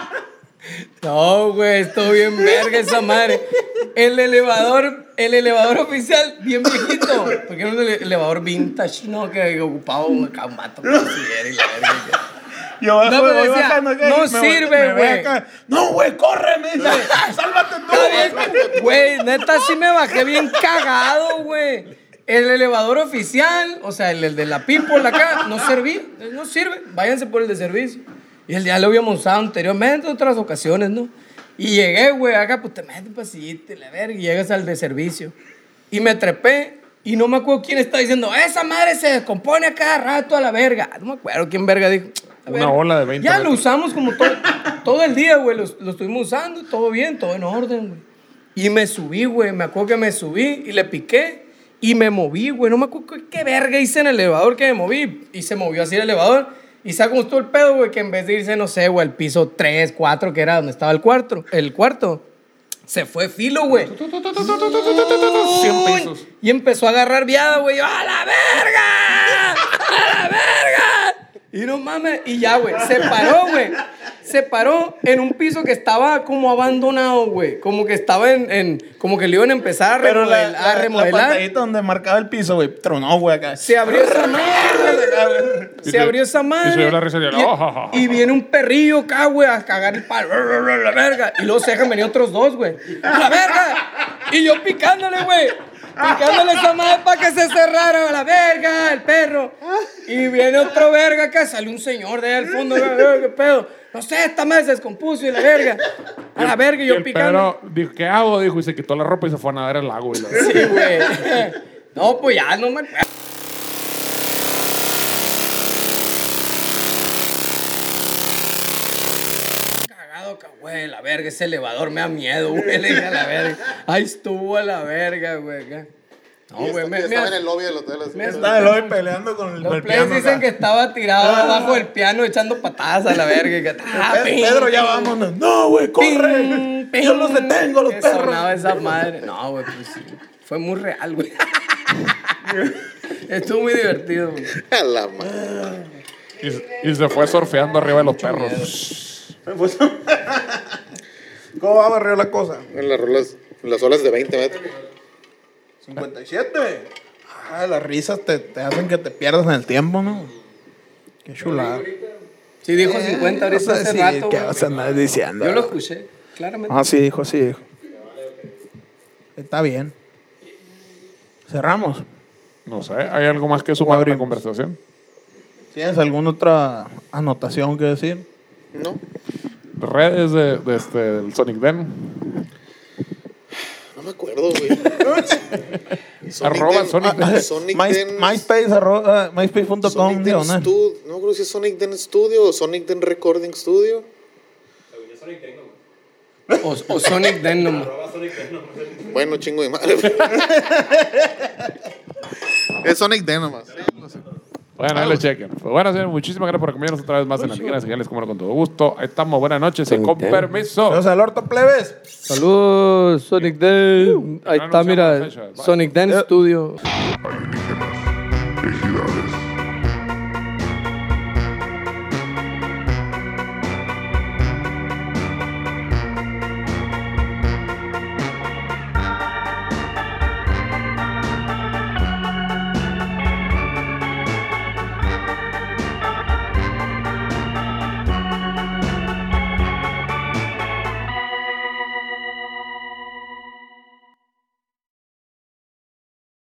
Speaker 2: No, güey, estuvo bien verga esa madre. El elevador, el elevador oficial, bien viejito. Porque era un ele- elevador vintage, ¿no? Que ocupaba un acá un vato que así era y la verga.
Speaker 1: Y abajo
Speaker 2: No, pero
Speaker 1: voy
Speaker 2: decía,
Speaker 1: bajando acá y
Speaker 2: "No
Speaker 1: me voy-
Speaker 2: sirve,
Speaker 1: me voy
Speaker 2: güey".
Speaker 1: acá. No, güey, corre, me dice. Sálvate tú.
Speaker 2: Está bien, Güey, neta sí me bajé bien cagado, güey. El elevador oficial, o sea, el, el de la pimpola acá, no serví, no sirve. Váyanse por el de servicio. Y el ya lo habíamos usado anteriormente en otras ocasiones, ¿no? Y llegué, güey, acá, pues te metes un pasillito y la verga, y llegas al de servicio. Y me trepé, y no me acuerdo quién estaba diciendo, esa madre se descompone a cada rato a la verga. No me acuerdo quién verga dijo. "A
Speaker 4: Una
Speaker 2: ver,
Speaker 4: ola de 20
Speaker 2: Ya lo
Speaker 4: metros.
Speaker 2: usamos como todo, todo el día, güey. Lo, lo estuvimos usando, todo bien, todo en orden, güey. Y me subí, güey. Me acuerdo que me subí y le piqué y me moví, güey. No me acuerdo qué- qué verga hice en el elevador que me moví. Y se movió así el elevador. Y se acostó el pedo, güey, que en vez de irse, no sé, güey, al piso 3, 4, que era donde estaba el cuarto, el cuarto, se fue filo, güey.
Speaker 4: 100 pisos.
Speaker 2: Y empezó a agarrar viada, güey. Yo, ¡A la verga! ¡A la verga! Y no mames. Y ya, güey. Se paró, güey. Se paró en un piso que estaba como abandonado, güey. Como que estaba en, en- Como que le iban a empezar a
Speaker 1: Pero la,
Speaker 2: remodelar.
Speaker 1: la,
Speaker 2: a
Speaker 1: la
Speaker 2: remodelar.
Speaker 1: pantallita donde marcaba el piso, güey, tronó, güey, acá.
Speaker 2: Se abrió esa madre.
Speaker 4: Y
Speaker 2: Se
Speaker 4: se-
Speaker 2: abrió esa
Speaker 4: y se
Speaker 2: madre.
Speaker 4: oyó la risa de-
Speaker 2: Y-
Speaker 4: "Oh".
Speaker 2: Y viene un perrillo acá, güey, a cagar el palo. La verga. Y luego se dejan venir otros dos, güey. La verga. Y yo picándole, güey. Picándole esa madre para que se cerrara. La verga, el perro. Y viene otro verga acá. Sale un señor de ahí al fondo. güey, ¿Qué pedo? No sé, esta madre se descompuso y la verga. A la verga, y
Speaker 4: Y
Speaker 2: yo
Speaker 4: el
Speaker 2: picando.
Speaker 4: Pedro dijo, ¿qué hago? Dijo, y se quitó la ropa y se fue a nadar al lago. Y la-
Speaker 2: Sí, güey. No, pues ya no me acuerdo. Cagado, ca- güey, la verga, ese elevador me da miedo, güey. Le dije a la verga. Ahí estuvo a la verga, güey. acá. No,
Speaker 3: Y
Speaker 2: güey,
Speaker 3: est- y
Speaker 2: me, me,
Speaker 3: estaba en el lobby del hotel. así.
Speaker 2: me-
Speaker 1: Estaba el hoy peleando con el, con
Speaker 2: los
Speaker 1: el
Speaker 2: players
Speaker 1: piano.
Speaker 2: dicen
Speaker 1: acá.
Speaker 2: que estaba tirado
Speaker 3: Ah.
Speaker 2: abajo del piano echando patadas a la verga. y que-
Speaker 1: Pe- Pedro, ya
Speaker 2: ¡Ah, ping!
Speaker 1: vámonos. No, güey, corre.
Speaker 2: Ping, ping.
Speaker 1: Yo los detengo, los
Speaker 2: Que sonaba
Speaker 1: perros.
Speaker 2: esa madre. No, güey, pues sí. Fue muy real, güey. Estuvo muy divertido, güey.
Speaker 3: A la madre.
Speaker 4: Y, se- y se fue surfeando arriba de los perros.
Speaker 1: ¿Cómo va a barrer la cosa?
Speaker 3: En las, rolas- en las olas de 20 metros.
Speaker 1: 57. Ah, las risas te, te hacen que te pierdas en el tiempo, ¿no? Qué chulada.
Speaker 2: Sí, dijo
Speaker 1: Eh,
Speaker 2: 50 ahorita
Speaker 1: Vas a
Speaker 2: hace
Speaker 1: decir
Speaker 2: rato.
Speaker 1: ¿Qué
Speaker 2: güey.
Speaker 1: vas a andar diciendo?
Speaker 2: Yo lo escuché, claramente.
Speaker 1: Ah, sí, dijo, sí, dijo. Está bien. Cerramos.
Speaker 4: No sé, ¿hay algo más que sumar a la conversación?
Speaker 1: ¿Tienes alguna otra anotación que decir?
Speaker 3: ¿No?
Speaker 4: Redes de, de este, del Sonic Den.
Speaker 3: No me acuerdo, güey. Sonic
Speaker 4: Arroba
Speaker 3: Den-
Speaker 4: Sonic
Speaker 3: ah,
Speaker 4: Den.
Speaker 3: Sonic
Speaker 1: My-
Speaker 3: Den.
Speaker 1: MySpace, arroba- MySpace.com,
Speaker 3: Sonic Den
Speaker 1: diagonal.
Speaker 3: Studio. No creo si es Sonic Den Studio o Sonic Den Recording Studio.
Speaker 2: O, o Sonic Den nomás.
Speaker 3: Bueno, chingo de madre. es Sonic Den nomás.
Speaker 4: Bueno, ahí lo chequen. Pues bueno, señores, muchísimas gracias por acompañarnos otra vez más en las Ligas Señales, como no, con todo gusto. Ahí estamos, buenas noches y con permiso.
Speaker 1: Saludos al orto, plebes.
Speaker 2: Saludos, Sonic Dance. Ahí
Speaker 4: Ya
Speaker 2: está,
Speaker 4: anunciamos
Speaker 2: mira.
Speaker 4: la fecha.
Speaker 1: Eh.
Speaker 2: Sonic Dance Studio.